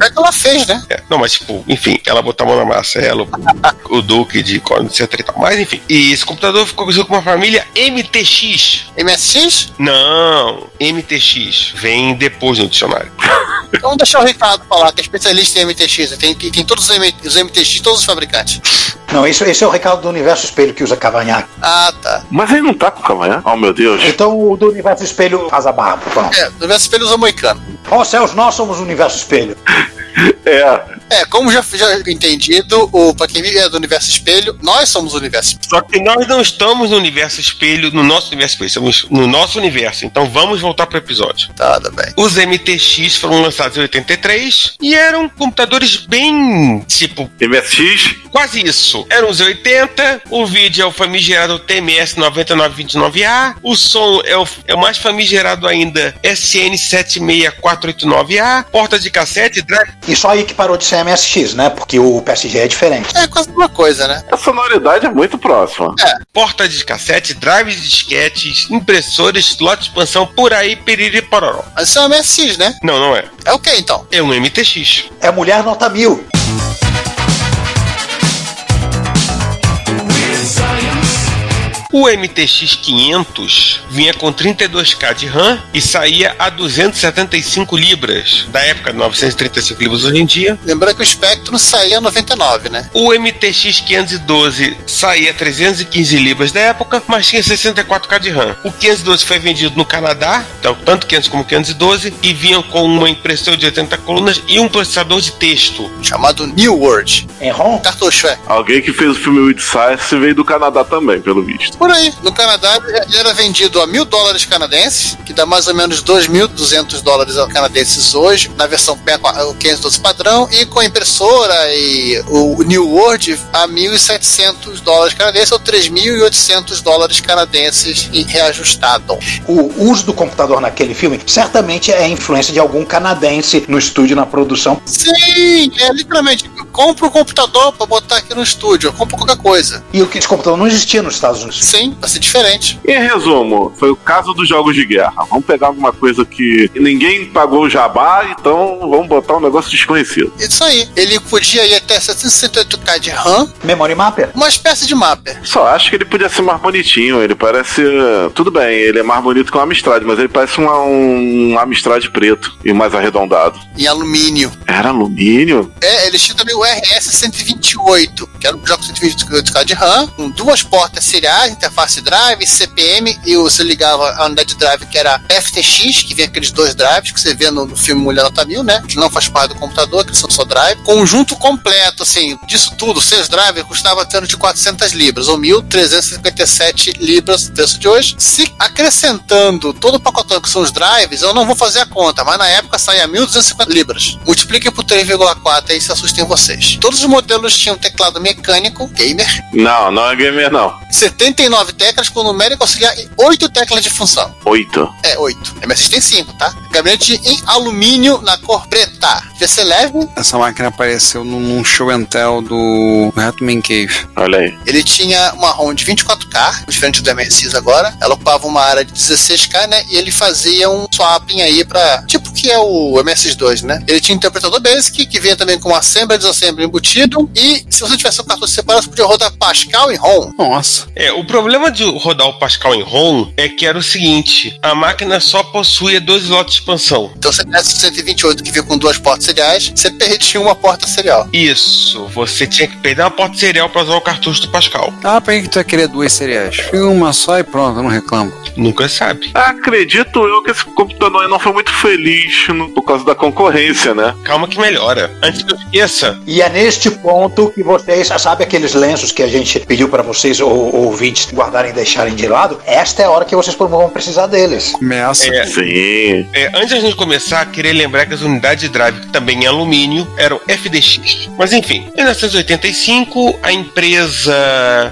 É que ela fez, né? É, Não, mas tipo, enfim, ela botou a mão na massa, é, ela, o- o Duque de Corno, etc e tal. Mas enfim, e esse computador ficou conhecido como a família MTX. MSX? Não, MTX vem depois no dicionário. Então deixa o Ricardo falar, que é especialista em MTX. Tem, tem, tem todos os, M os MTX, todos os fabricantes. Não, isso, esse é o recado do Universo Espelho que usa cavanhaque. Ah, tá. Mas ele não tá com cavanhar. Oh, meu Deus. Então o do Universo Espelho faz a barba, pronto. oh, É, do VSP ele usa moicano. Ó céus, nós somos o Universo Espelho. É, É, como já, já entendido, o pra quem vive é do universo espelho, nós somos o universo. Só que nós não estamos no universo espelho, no nosso universo espelho, estamos no nosso universo. Então vamos voltar pro episódio. Tá, tá bem. Os MTX foram lançados em 83 e eram computadores bem tipo. MSX? Quase isso. Eram os 80, o vídeo é o famigerado TMS 9929A, o som é o, é o mais famigerado ainda SN76489A, porta de cassete, drive. E só aí que parou de ser MSX, né? Porque o PSG é diferente. É quase uma coisa, né? A sonoridade é muito próxima. É. Porta de cassete, drives de disquetes, impressores, lote de expansão, por aí, piriri pororó. Mas isso é um MSX, né? Não, não é. É o que então? É um MTX. É mulher nota mil. O MTX 500 vinha com 32K de RAM e saía a 275 libras. Da época, 935 libras hoje em dia. Lembrando que o Spectrum saía 99, né? O MTX 512 saía 315 libras da época, mas tinha 64K de RAM. O 512 foi vendido no Canadá, então, tanto 500 como 512, e vinham com uma impressora de 80 colunas e um processador de texto. Chamado New World. É ROM? Cartucho, é. Alguém que fez o filme With Science veio do Canadá também, pelo visto. Por aí. No Canadá, ele era vendido a mil dólares canadenses, que dá mais ou menos 2.200 dólares canadenses hoje, na versão PEN 512 padrão, e com a impressora e o New World a 1.700 dólares canadenses, ou 3.800 dólares canadenses e reajustado. O uso do computador naquele filme certamente é a influência de algum canadense no estúdio, na produção. Sim, é literalmente, compra o computador para botar aqui no estúdio, compra qualquer coisa. E o que esse computador não existia nos Estados Unidos. Sim, vai ser diferente. Em resumo, foi o caso dos jogos de guerra. Vamos pegar alguma coisa que ninguém pagou o jabá, então vamos botar um negócio desconhecido. Isso aí. Ele podia ir até 768K de RAM. Memory Mapper? Uma espécie de mapper. Só acho que ele podia ser mais bonitinho. Ele parece. Tudo bem, ele é mais bonito que um Amstrad, mas ele parece um, um Amstrad preto e mais arredondado. Em alumínio. Era alumínio? É, ele tinha também o RS-128, que era um jogo 128K de RAM, com duas portas seriais, interface drive, CPM, e você ligava a unidade de drive que era FTX, que vinha aqueles dois drives que você vê no, no filme Mulher Nota Mil, né? Que não faz parte do computador, que são só drive. Conjunto completo, assim, disso tudo, seis drives custava tendo de 400 libras, ou 1.357 libras, preço de hoje. Se acrescentando todo o pacotão que são os drives, eu não vou fazer a conta, mas na época saía 1.250 libras. Multiplique por 3,4, aí se assustem vocês. Todos os modelos tinham teclado mecânico, gamer. Não, não é gamer, não. 79 teclas com numérico auxiliar e 8 teclas de função. 8? É, 8. MSX tem 5, tá? Gabinete em alumínio na cor preta. PC leve. Essa máquina apareceu num- num show and tell do Hatman Cave. Olha aí. Ele tinha uma ROM de 24K, diferente do MSX agora. Ela ocupava uma área de 16K, né? E ele fazia um swapping aí pra. Tipo que é o MSX2, né? Ele tinha um interpretador Basic, que vinha também com assembly e desassembly embutido. E se você tivesse um cartucho separado, você podia rodar Pascal em ROM. Nossa. É, o problema de rodar o Pascal em ROM é que era o seguinte: a máquina só possuía dois slots de expansão. Então você tivesse o 128 que vinha com duas portas seriais, você perdia uma porta serial. Isso, você tinha que perder uma porta serial pra usar o cartucho do Pascal. Ah, pra que tu vai querer duas cereais? Fica uma só e pronto, eu não reclamo. Nunca sabe. Acredito eu que esse computador aí não foi muito feliz no- por causa da concorrência, né? Calma que melhora. Antes que eu esqueça, E é neste ponto que vocês, sabe aqueles lenços que a gente pediu pra vocês ou, ouvintes guardarem e deixarem de lado? Esta é a hora que vocês vão precisar deles. Começa. É. Sim. é, antes da gente começar, queria lembrar que as unidades de drive, que também em alumínio, eram FDX. Mas enfim, em 1985, a empresa,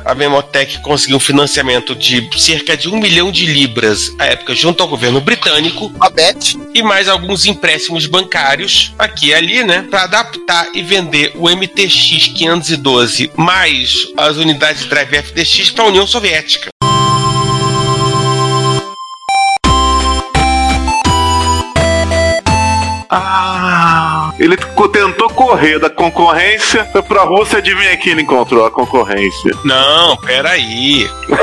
a Memotech, conseguiu um financiamento de cerca de um milhão de libras, à época, junto ao governo britânico, A Bet, e mais alguns empréstimos bancários aqui e ali, né, para adaptar e vender o MTX 512 mais as unidades de drive FDX para a União Soviética. Ah. Ele co- tentou correr da concorrência, foi pra Rússia, adivinha quem ele encontrou a concorrência. Não, peraí. Uma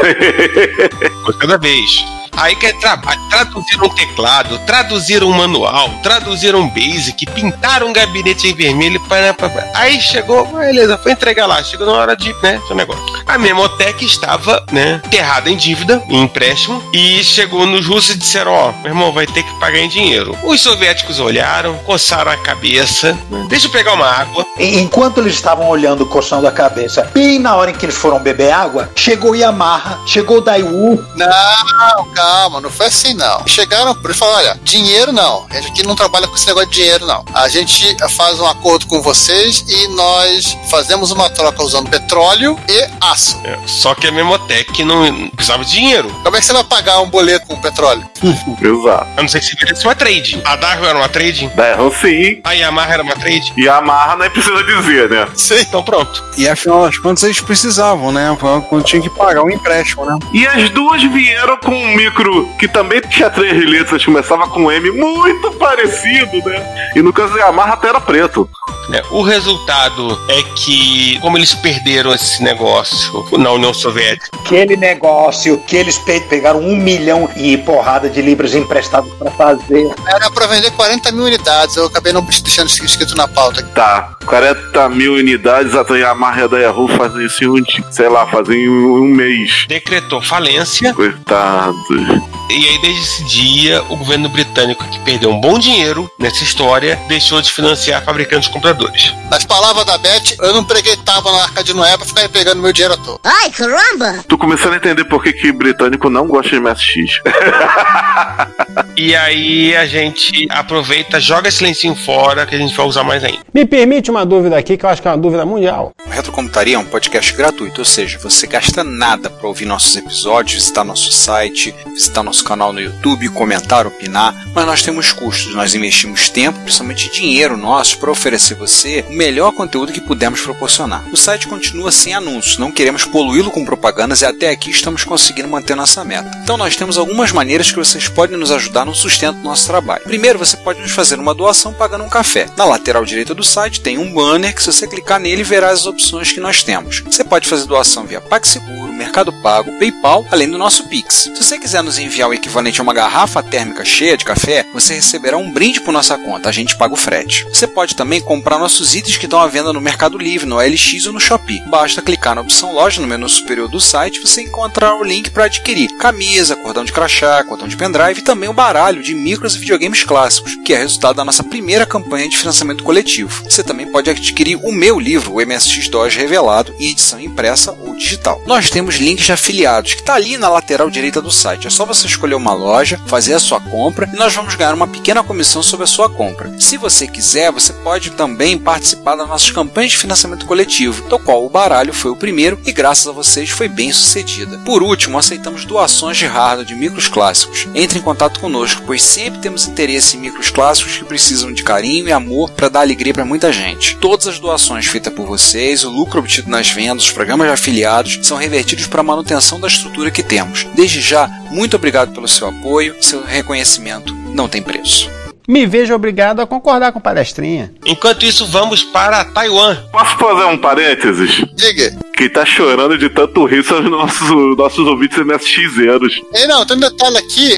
Coisa cada vez. Aí quer tra traduzir um teclado, traduzir um manual, traduzir um basic, pintar um gabinete em vermelho. Para, Aí chegou, "Ah, beleza, foi entregar lá. Chegou na hora de, né, seu negócio. A Memotec estava, né, enterrada em dívida, em empréstimo, e chegou nos russos e disseram: Ó, meu irmão, vai ter que pagar em dinheiro. Os soviéticos olharam, coçaram a cabeça, né, deixa eu pegar uma água. E- Enquanto eles estavam olhando, coçando a cabeça, bem na hora em que eles foram beber água, chegou Yamaha, chegou Daiwu. Não, calma, não foi assim não. Chegaram para falar, olha, dinheiro não. A gente aqui não trabalha com esse negócio de dinheiro não. A gente faz um acordo com vocês e nós fazemos uma troca usando petróleo e aço. É, Só que a Memotec não não precisava de dinheiro. Como é que você vai pagar um boleto com petróleo? Exato. A não ser que se fizesse uma trade. A Darwin era uma trade? Darwin sim. A Yamaha era uma trade? E a Amarra não é precisa dizer, né? Sim. Então pronto. E afinal das contas eles precisavam, né? Então, Quando tinha que pagar um empréstimo, né? E as duas vieram com um micro que também tinha três letras, começava com M, muito parecido, né? E no caso da Yamaha até era preto. É, o resultado é que, como eles perderam esse negócio na União Soviética, Aquele negócio que eles pe- pegaram um milhão e porrada de libras emprestados pra fazer. Era para vender 40 mil unidades, eu acabei não deixando isso escrito na pauta. Tá, 40 mil unidades, a Yamaha e a Daihu fazem isso em um, di- sei lá, fazem em um, um mês. decretou falência. Coitados. E aí, desde esse dia, o governo britânico, que perdeu um bom dinheiro nessa história, deixou de financiar fabricantes e compradores. Nas palavras da Beth, eu não preguei tava na arca de Noé pra ficar pegando meu dinheiro à toa. Ai, caramba! Tô começando a entender por que, que britânico não gosta de MSX. E aí, a gente aproveita, joga esse lencinho fora, que a gente vai usar mais ainda. Me permite uma dúvida aqui, que eu acho que é uma dúvida mundial. O Retrocomputaria é um podcast gratuito, ou seja, você gasta nada para ouvir nossos episódios, visitar nosso site, visitar nosso canal no YouTube, comentar, opinar, mas nós temos custos, nós investimos tempo, principalmente dinheiro nosso, para oferecer você o melhor conteúdo que pudermos proporcionar. O site continua sem anúncios, não queremos poluí-lo com propagandas e até aqui estamos conseguindo manter nossa meta. Então nós temos algumas maneiras que vocês podem nos ajudar no sustento do nosso trabalho. Primeiro, você pode nos fazer uma doação pagando um café. Na lateral direita do site tem um banner que se você clicar nele verá as opções que nós temos. Você pode fazer doação via PagSeguro, Mercado Pago, PayPal, além do nosso Pix. Se você quiser nos enviar o equivalente a uma garrafa térmica cheia de café, você receberá um brinde por nossa conta, a gente paga o frete. Você pode também comprar nossos itens que estão à venda no Mercado Livre, no OLX ou no Shopee. Basta clicar na opção loja no menu superior do site, você encontrará o link para adquirir camisa, cordão de crachá, cordão de pendrive e também o baralho de micros e videogames clássicos, que é resultado da nossa primeira campanha de financiamento coletivo. Você também pode adquirir o meu livro, o MSX DOS Revelado, em edição impressa ou digital. Nós temos links de afiliados, que está ali na lateral direita do site. É só você escolher uma loja, fazer a sua compra e nós vamos ganhar uma pequena comissão sobre a sua compra. Se você quiser, você pode também participar das nossas campanhas de financiamento coletivo, do qual o baralho foi o primeiro e graças a vocês foi bem sucedida. Por último, aceitamos doações de hardware de micros clássicos. Entre em contato conosco, pois sempre temos interesse em micros clássicos que precisam de carinho e amor para dar alegria para muita gente. Todas as doações feitas por vocês, o lucro obtido nas vendas, os programas de afiliados são revertidos para a manutenção da estrutura que temos. Desde já, muito obrigado pelo seu apoio, seu reconhecimento não tem preço. Me vejo obrigado a concordar com o palestrinha. Enquanto isso, vamos para Taiwan. Posso fazer um parênteses? Diga. Quem tá chorando de tanto rir são os nossos, nossos ouvintes MSXeros. Ei, não, tem um detalhe aqui.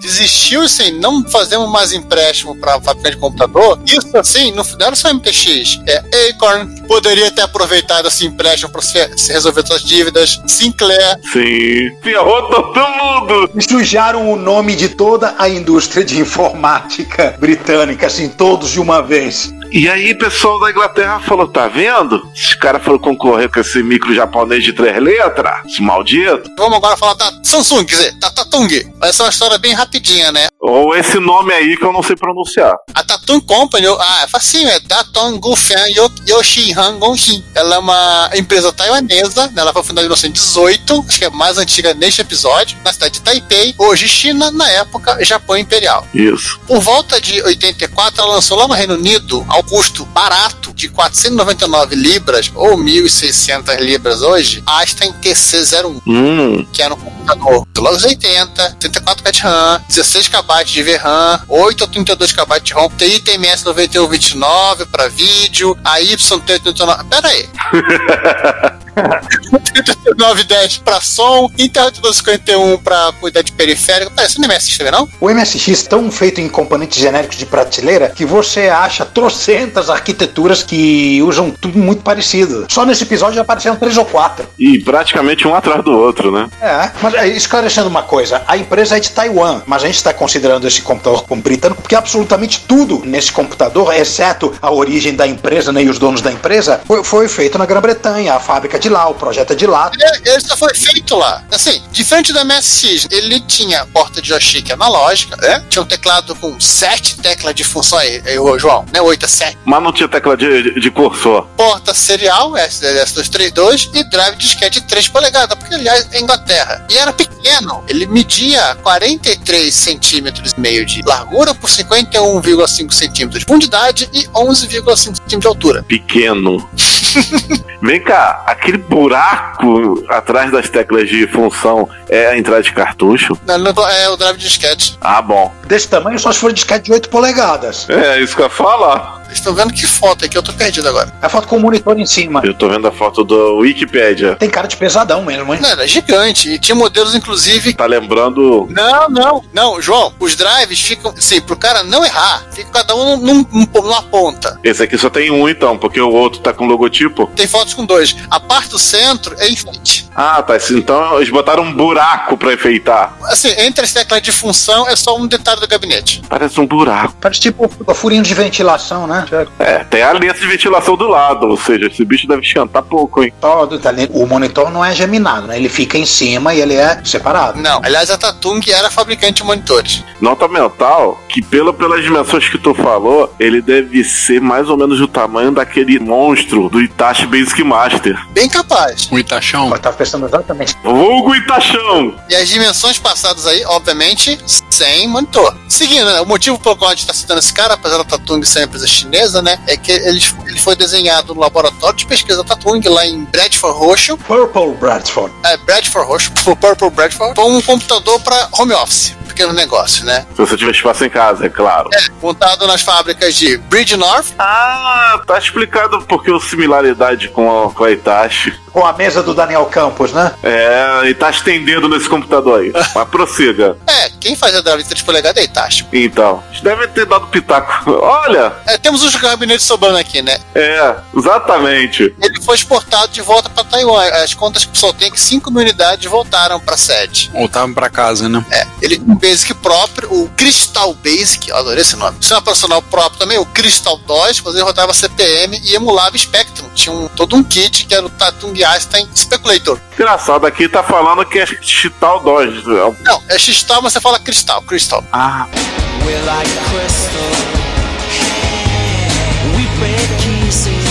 Desistiu sem não fazemos mais empréstimo para fabricante de computador. Isso assim, não não era só MTX. É Acorn poderia ter aproveitado esse empréstimo para se, se resolver suas dívidas. Sinclair. Sim. Ferrou todo mundo! Sujaram o nome de toda a indústria de informática britânica, assim, todos de uma vez. E aí, pessoal da Inglaterra falou: tá vendo? Esses caras foram concorrer com esse micro japonês de três letras, esse maldito. Vamos agora falar da Samsung, quer dizer, da Tatung. Vai ser uma história bem rapidinha, né? Ou esse nome aí que eu não sei pronunciar. A Tatung Company, ah, é facinho, é Datong Gufen Yo- Yoshihan Gongshin. Ela é uma empresa taiwanesa, né? ela foi fundada em 1918, acho que é a mais antiga neste episódio, na cidade de Taipei, hoje China, na época Japão Imperial. Isso. Por volta de 84, ela lançou lá no Reino Unido, ao custo barato, de 499 libras ou 1.600 libras hoje, a Aston TC01, Hum. que era um computador de logo 80, 64 de RAM, 16 KB de VRAM, 8 ou 32 KB de ROM, tem ITMS 9129 para vídeo, a Y389. Pera aí. 3910 pra som, Intel 251 pra cuidar de periférico. Pera, você não é MSX, não? O MSX tão feito em componentes genéricos de prateleira que você acha trocentas arquiteturas que usam tudo muito parecido. Só nesse episódio já apareceram três ou quatro. E praticamente um atrás do outro, né? É, mas é, esclarecendo uma coisa, a empresa é de Taiwan, mas a gente está considerando esse computador como britânico porque absolutamente tudo nesse computador, exceto a origem da empresa né, e os donos da empresa, foi, foi feito na Grã-Bretanha, a fábrica de lá, o projeto é de lá. Ele, ele só foi feito lá. Assim, diferente do MSX, ele tinha porta de joystick analógica, né? Tinha um teclado com sete teclas de função aí, aí, ô, João, né? 8 a 7. Mas não tinha tecla de, de- de cursor. Porta serial, S232, e drive de disquete de 3 polegadas, porque aliás é Inglaterra. E era pequeno, ele media 43 centímetros e meio de largura por 51,5 centímetros de profundidade e 11,5 centímetros de altura. Pequeno. Vem cá, aquele buraco atrás das teclas de função é a entrada de cartucho? Não, não, é o drive de disquete. Ah, bom. Desse tamanho só se for disquete de 8 polegadas. É isso que eu ia falar. Vocês estão vendo que foto aqui, eu tô perdido agora. É a foto com o monitor em cima. Eu tô vendo a foto do Wikipedia. Tem cara de pesadão mesmo, hein? Não, era gigante. E tinha modelos, inclusive. Tá lembrando. Não, não. Não, João, os drives ficam. Sim, pro cara não errar, fica cada um num, num, numa ponta. Esse aqui só tem um então, porque o outro tá com logotipo. Tem fotos com dois. A parte do centro é enfeite. Ah, tá. esse- Então eles botaram um buraco pra enfeitar. Assim, entre as teclas de função é só um detalhe do gabinete. Parece um buraco. Parece tipo o furinho de ventilação, né? É, tem a linha de ventilação do lado, ou seja, esse bicho deve chantar pouco, hein? Só do talento. O monitor não é geminado, né? Ele fica em cima e ele é separado. Não, aliás, a Tatung era fabricante de monitores. Nota mental que, pelo, pelas dimensões que tu falou, ele deve ser mais ou menos o tamanho daquele monstro do Itachi Basic Master. Bem capaz. O Itachão. Eu tava tá pensando exatamente. Vulgo Itachão! E as dimensões passadas aí, obviamente, sem monitor. Seguindo, né, o motivo pelo qual a gente está citando esse cara, apesar da Tatung ser uma empresa chinesa, né, é que ele, ele foi desenhado no laboratório de pesquisa da Tatung, lá em Bradford, Roxo. Purple Bradford. É, Bradford, Roxo, Purple Bradford. Foi um computador para home office, pequeno negócio, né. Se você tiver espaço em casa, é claro. É, montado nas fábricas de Bridge North, Ah, tá explicado porque o similaridade com a, com a Itachi. Com a mesa do Daniel Campos, né? É, Itachi tem dedo nesse computador aí. Mas prossiga. é, quem fazia drive de 3 polegadas é Itachi. Então, eles devem ter dado pitaco. Olha! É, temos os gabinetes sobrando aqui, né? É, exatamente. Ele foi exportado de volta para Taiwan. As contas que só tem que 5 mil unidades voltaram para sede. Voltavam pra casa, né? É, ele tem um basic próprio, o Crystal Basic, eu adorei esse nome. Sistema profissional próprio também, o Crystal DOS, mas ele rodava CPM e emulava Spectrum. Tinha um- todo um kit que era o Tatung Einstein Speculator. Engraçado, aqui tá falando que é Chital Dodge. um Não, é X-Tal, mas você fala Cristal, Crystal. Ah, We're like crystal. We break pieces.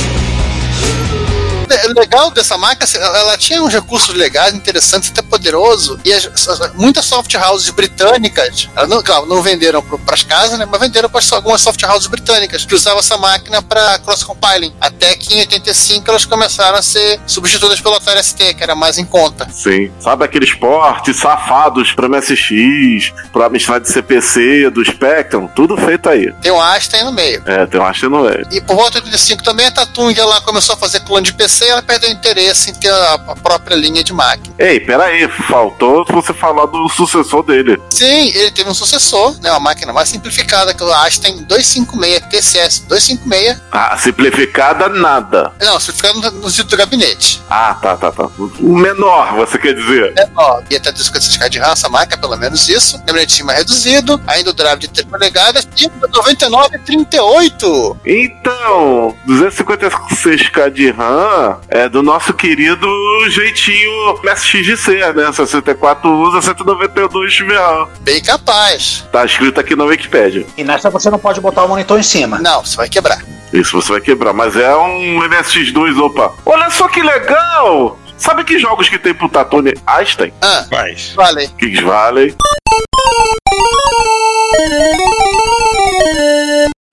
O legal dessa marca, assim, ela ela tinha uns recursos legais, interessantes, até poderoso. E as- as- muitas soft houses britânicas, elas não, claro, não venderam para as casas, né, mas venderam para algumas soft houses britânicas que usavam essa máquina para cross-compiling. Até que em 85 elas começaram a ser substituídas pelo Atari ST, que era mais em conta. Sim. Sabe aqueles portes safados pro MSX, pro Amstrad CPC, do Spectrum? Tudo feito aí. Tem o Einstein no meio. É, tem uma achando velho. E por volta de 85 também a Tatung ela começou a fazer clone de PC e ela perdeu interesse em ter a, a própria linha de máquina. Ei, peraí, faltou você falar do sucessor dele. Sim, ele teve um sucessor, né, uma máquina mais simplificada que é o Einstein 256 TCS 256. Ah, simplificada nada. Não, simplificado no, no sítio do gabinete. Ah, tá, tá, tá. O menor, você quer dizer. É, ó, e até 256 de raça, marca é pelo menos isso. Gabinete mais reduzido, ainda o drive de 3 polegadas e 99,38. Então, 256k de RAM é do nosso querido jeitinho MSXGC, né? 64 usa 192 de RAM. Bem capaz. Tá escrito aqui na Wikipedia. E nessa você não pode botar o monitor em cima. Não, você vai quebrar. Isso você vai quebrar, mas é um MSX2, opa. Olha só que legal! Sabe que jogos que tem pro Tatone Einstein? Ah, Mas. vale. Kings Valley.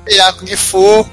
Iaco Gifu.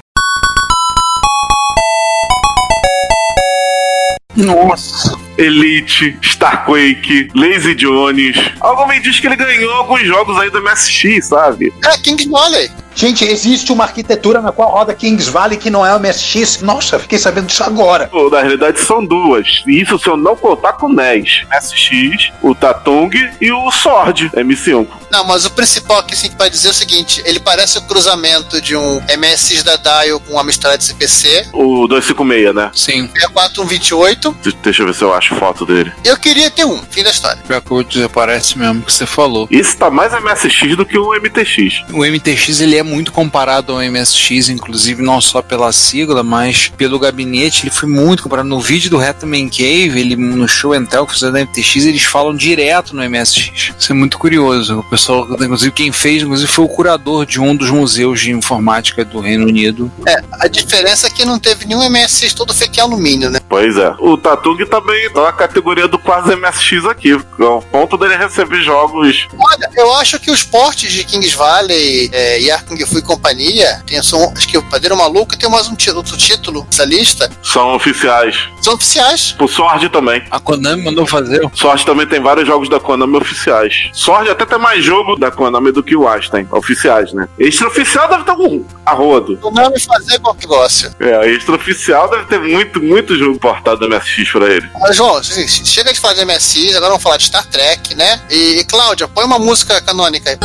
Nossa. Elite, Starquake, Lazy Jones. Algo me diz que ele ganhou alguns jogos aí do MSX, sabe? É, Kings Valley. Gente, existe uma arquitetura na qual roda Kings Valley que não é o MSX. Nossa, fiquei sabendo disso agora. Pô, na realidade são duas. E Isso se eu não contar com o NES. MSX, o Tatung e o Sword MC1. Não, mas o principal aqui, sim, pra dizer é o seguinte: ele parece o cruzamento de um MSX da Dial com um Amstrad CPC. O 256, né? Sim. É 4128. De- Deixa eu ver se eu acho foto dele. Eu queria ter um. Fim da história. Pior que o outro parece mesmo que você falou. Esse tá mais MSX do que o MTX. O MTX ele é muito comparado ao MSX, inclusive não só pela sigla, mas pelo gabinete. Ele foi muito comparado. No vídeo do Retro Man Cave, ele, no show Intel que fizeram da MTX, eles falam direto no MSX. Isso é muito curioso. O pessoal, inclusive, quem fez inclusive, foi o curador de um dos museus de informática do Reino Unido. É, a diferença é que não teve nenhum MSX todo feito em alumínio, né? Pois é. O Tatung também tá na categoria do quase MSX aqui. É o ponto dele receber jogos. Olha, eu acho que os portes de Kings Valley, é, Yar Kung Fu e companhia, tem, são, acho que o Padeiro Maluco tem mais um ti- outro título dessa lista, São oficiais. são oficiais. O Sword também. A Konami mandou fazer. Sword também tem vários jogos da Konami oficiais. Sword até tem mais jogo da Konami do que o Einstein. Oficiais, né? Extraoficial deve ter um arrodo. O nome Então, fazer qual negócio. É, extraoficial deve ter muito, muito jogo portado do MSX pra ele. Ah, João, se- se- chega de falar de MSX, agora vamos falar de Star Trek, né? E, e Cláudia, põe uma música canônica aí.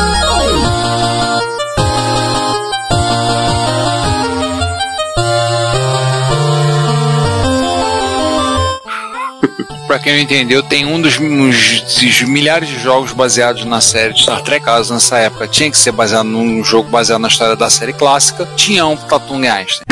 Pra quem não entendeu, tem um dos, uns- esses milhares de jogos baseados na série de Star Trek. Caso nessa época tinha que ser baseado num jogo baseado na história da série clássica, tinha um pro Tatung e Einstein.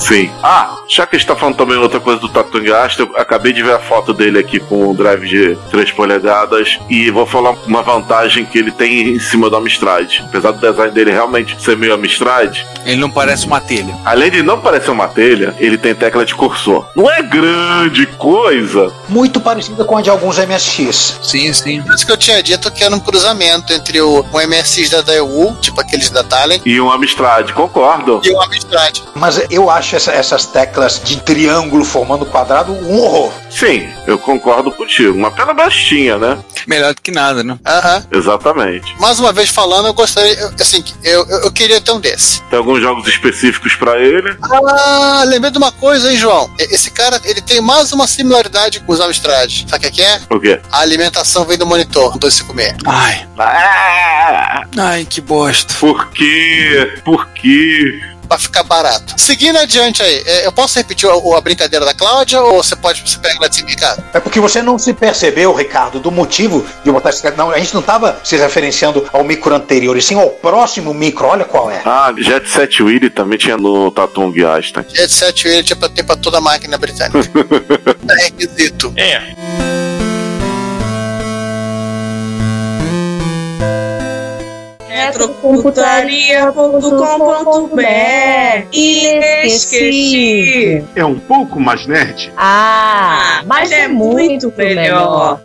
Sim. Ah, já que a gente tá falando também outra coisa do Tatung Astro, eu acabei de ver a foto dele aqui com o drive de 3 polegadas e vou falar uma vantagem que ele tem em cima do Amstrad. Apesar do design dele realmente ser meio Amstrad, Ele não parece uma telha. além de não parecer uma telha, ele tem tecla de cursor. Não é grande coisa. Muito parecida com a de alguns MSX. Sim, sim. Por isso que eu tinha dito que era um cruzamento entre o, o MSX da Daewoo, tipo aqueles da Talent, E um Amstrad, concordo. e o Amstrad. Mas eu acho essa- essas teclas de triângulo formando quadrado um horror. Sim, eu concordo contigo. Uma pena baixinha, né? Melhor do que nada, né? Aham. Exatamente. Mais uma vez falando, eu gostaria, eu- assim, eu, eu, eu queria ter um desse. Tem alguns jogos específicos pra ele. Ah, lembrei de uma coisa, hein, João? E- Esse cara, ele tem mais uma similaridade com os Amstrad. Sabe o que é que é? O quê? A alimentação vem do monitor, um 256. Ai, Ah, ai, que bosta. por quê? Por quê? Pra ficar barato. Seguindo adiante aí, é, eu posso repetir o- a, brincadeira da Cláudia ou você pode você pega ela de sindicato? É porque você não se percebeu, Ricardo, do motivo de botar esse. Não, a gente não estava se referenciando ao micro anterior, e sim ao próximo micro. Olha qual é. Ah, Jet Set Willy também tinha no tá Tatung Einstein. Jet 7 ele tinha tipo, pra ter pra toda a máquina britânica. é requisito. É. Retrocomputaria.com.br Esqueci. É um pouco mais nerd? Ah, mas é muito melhor.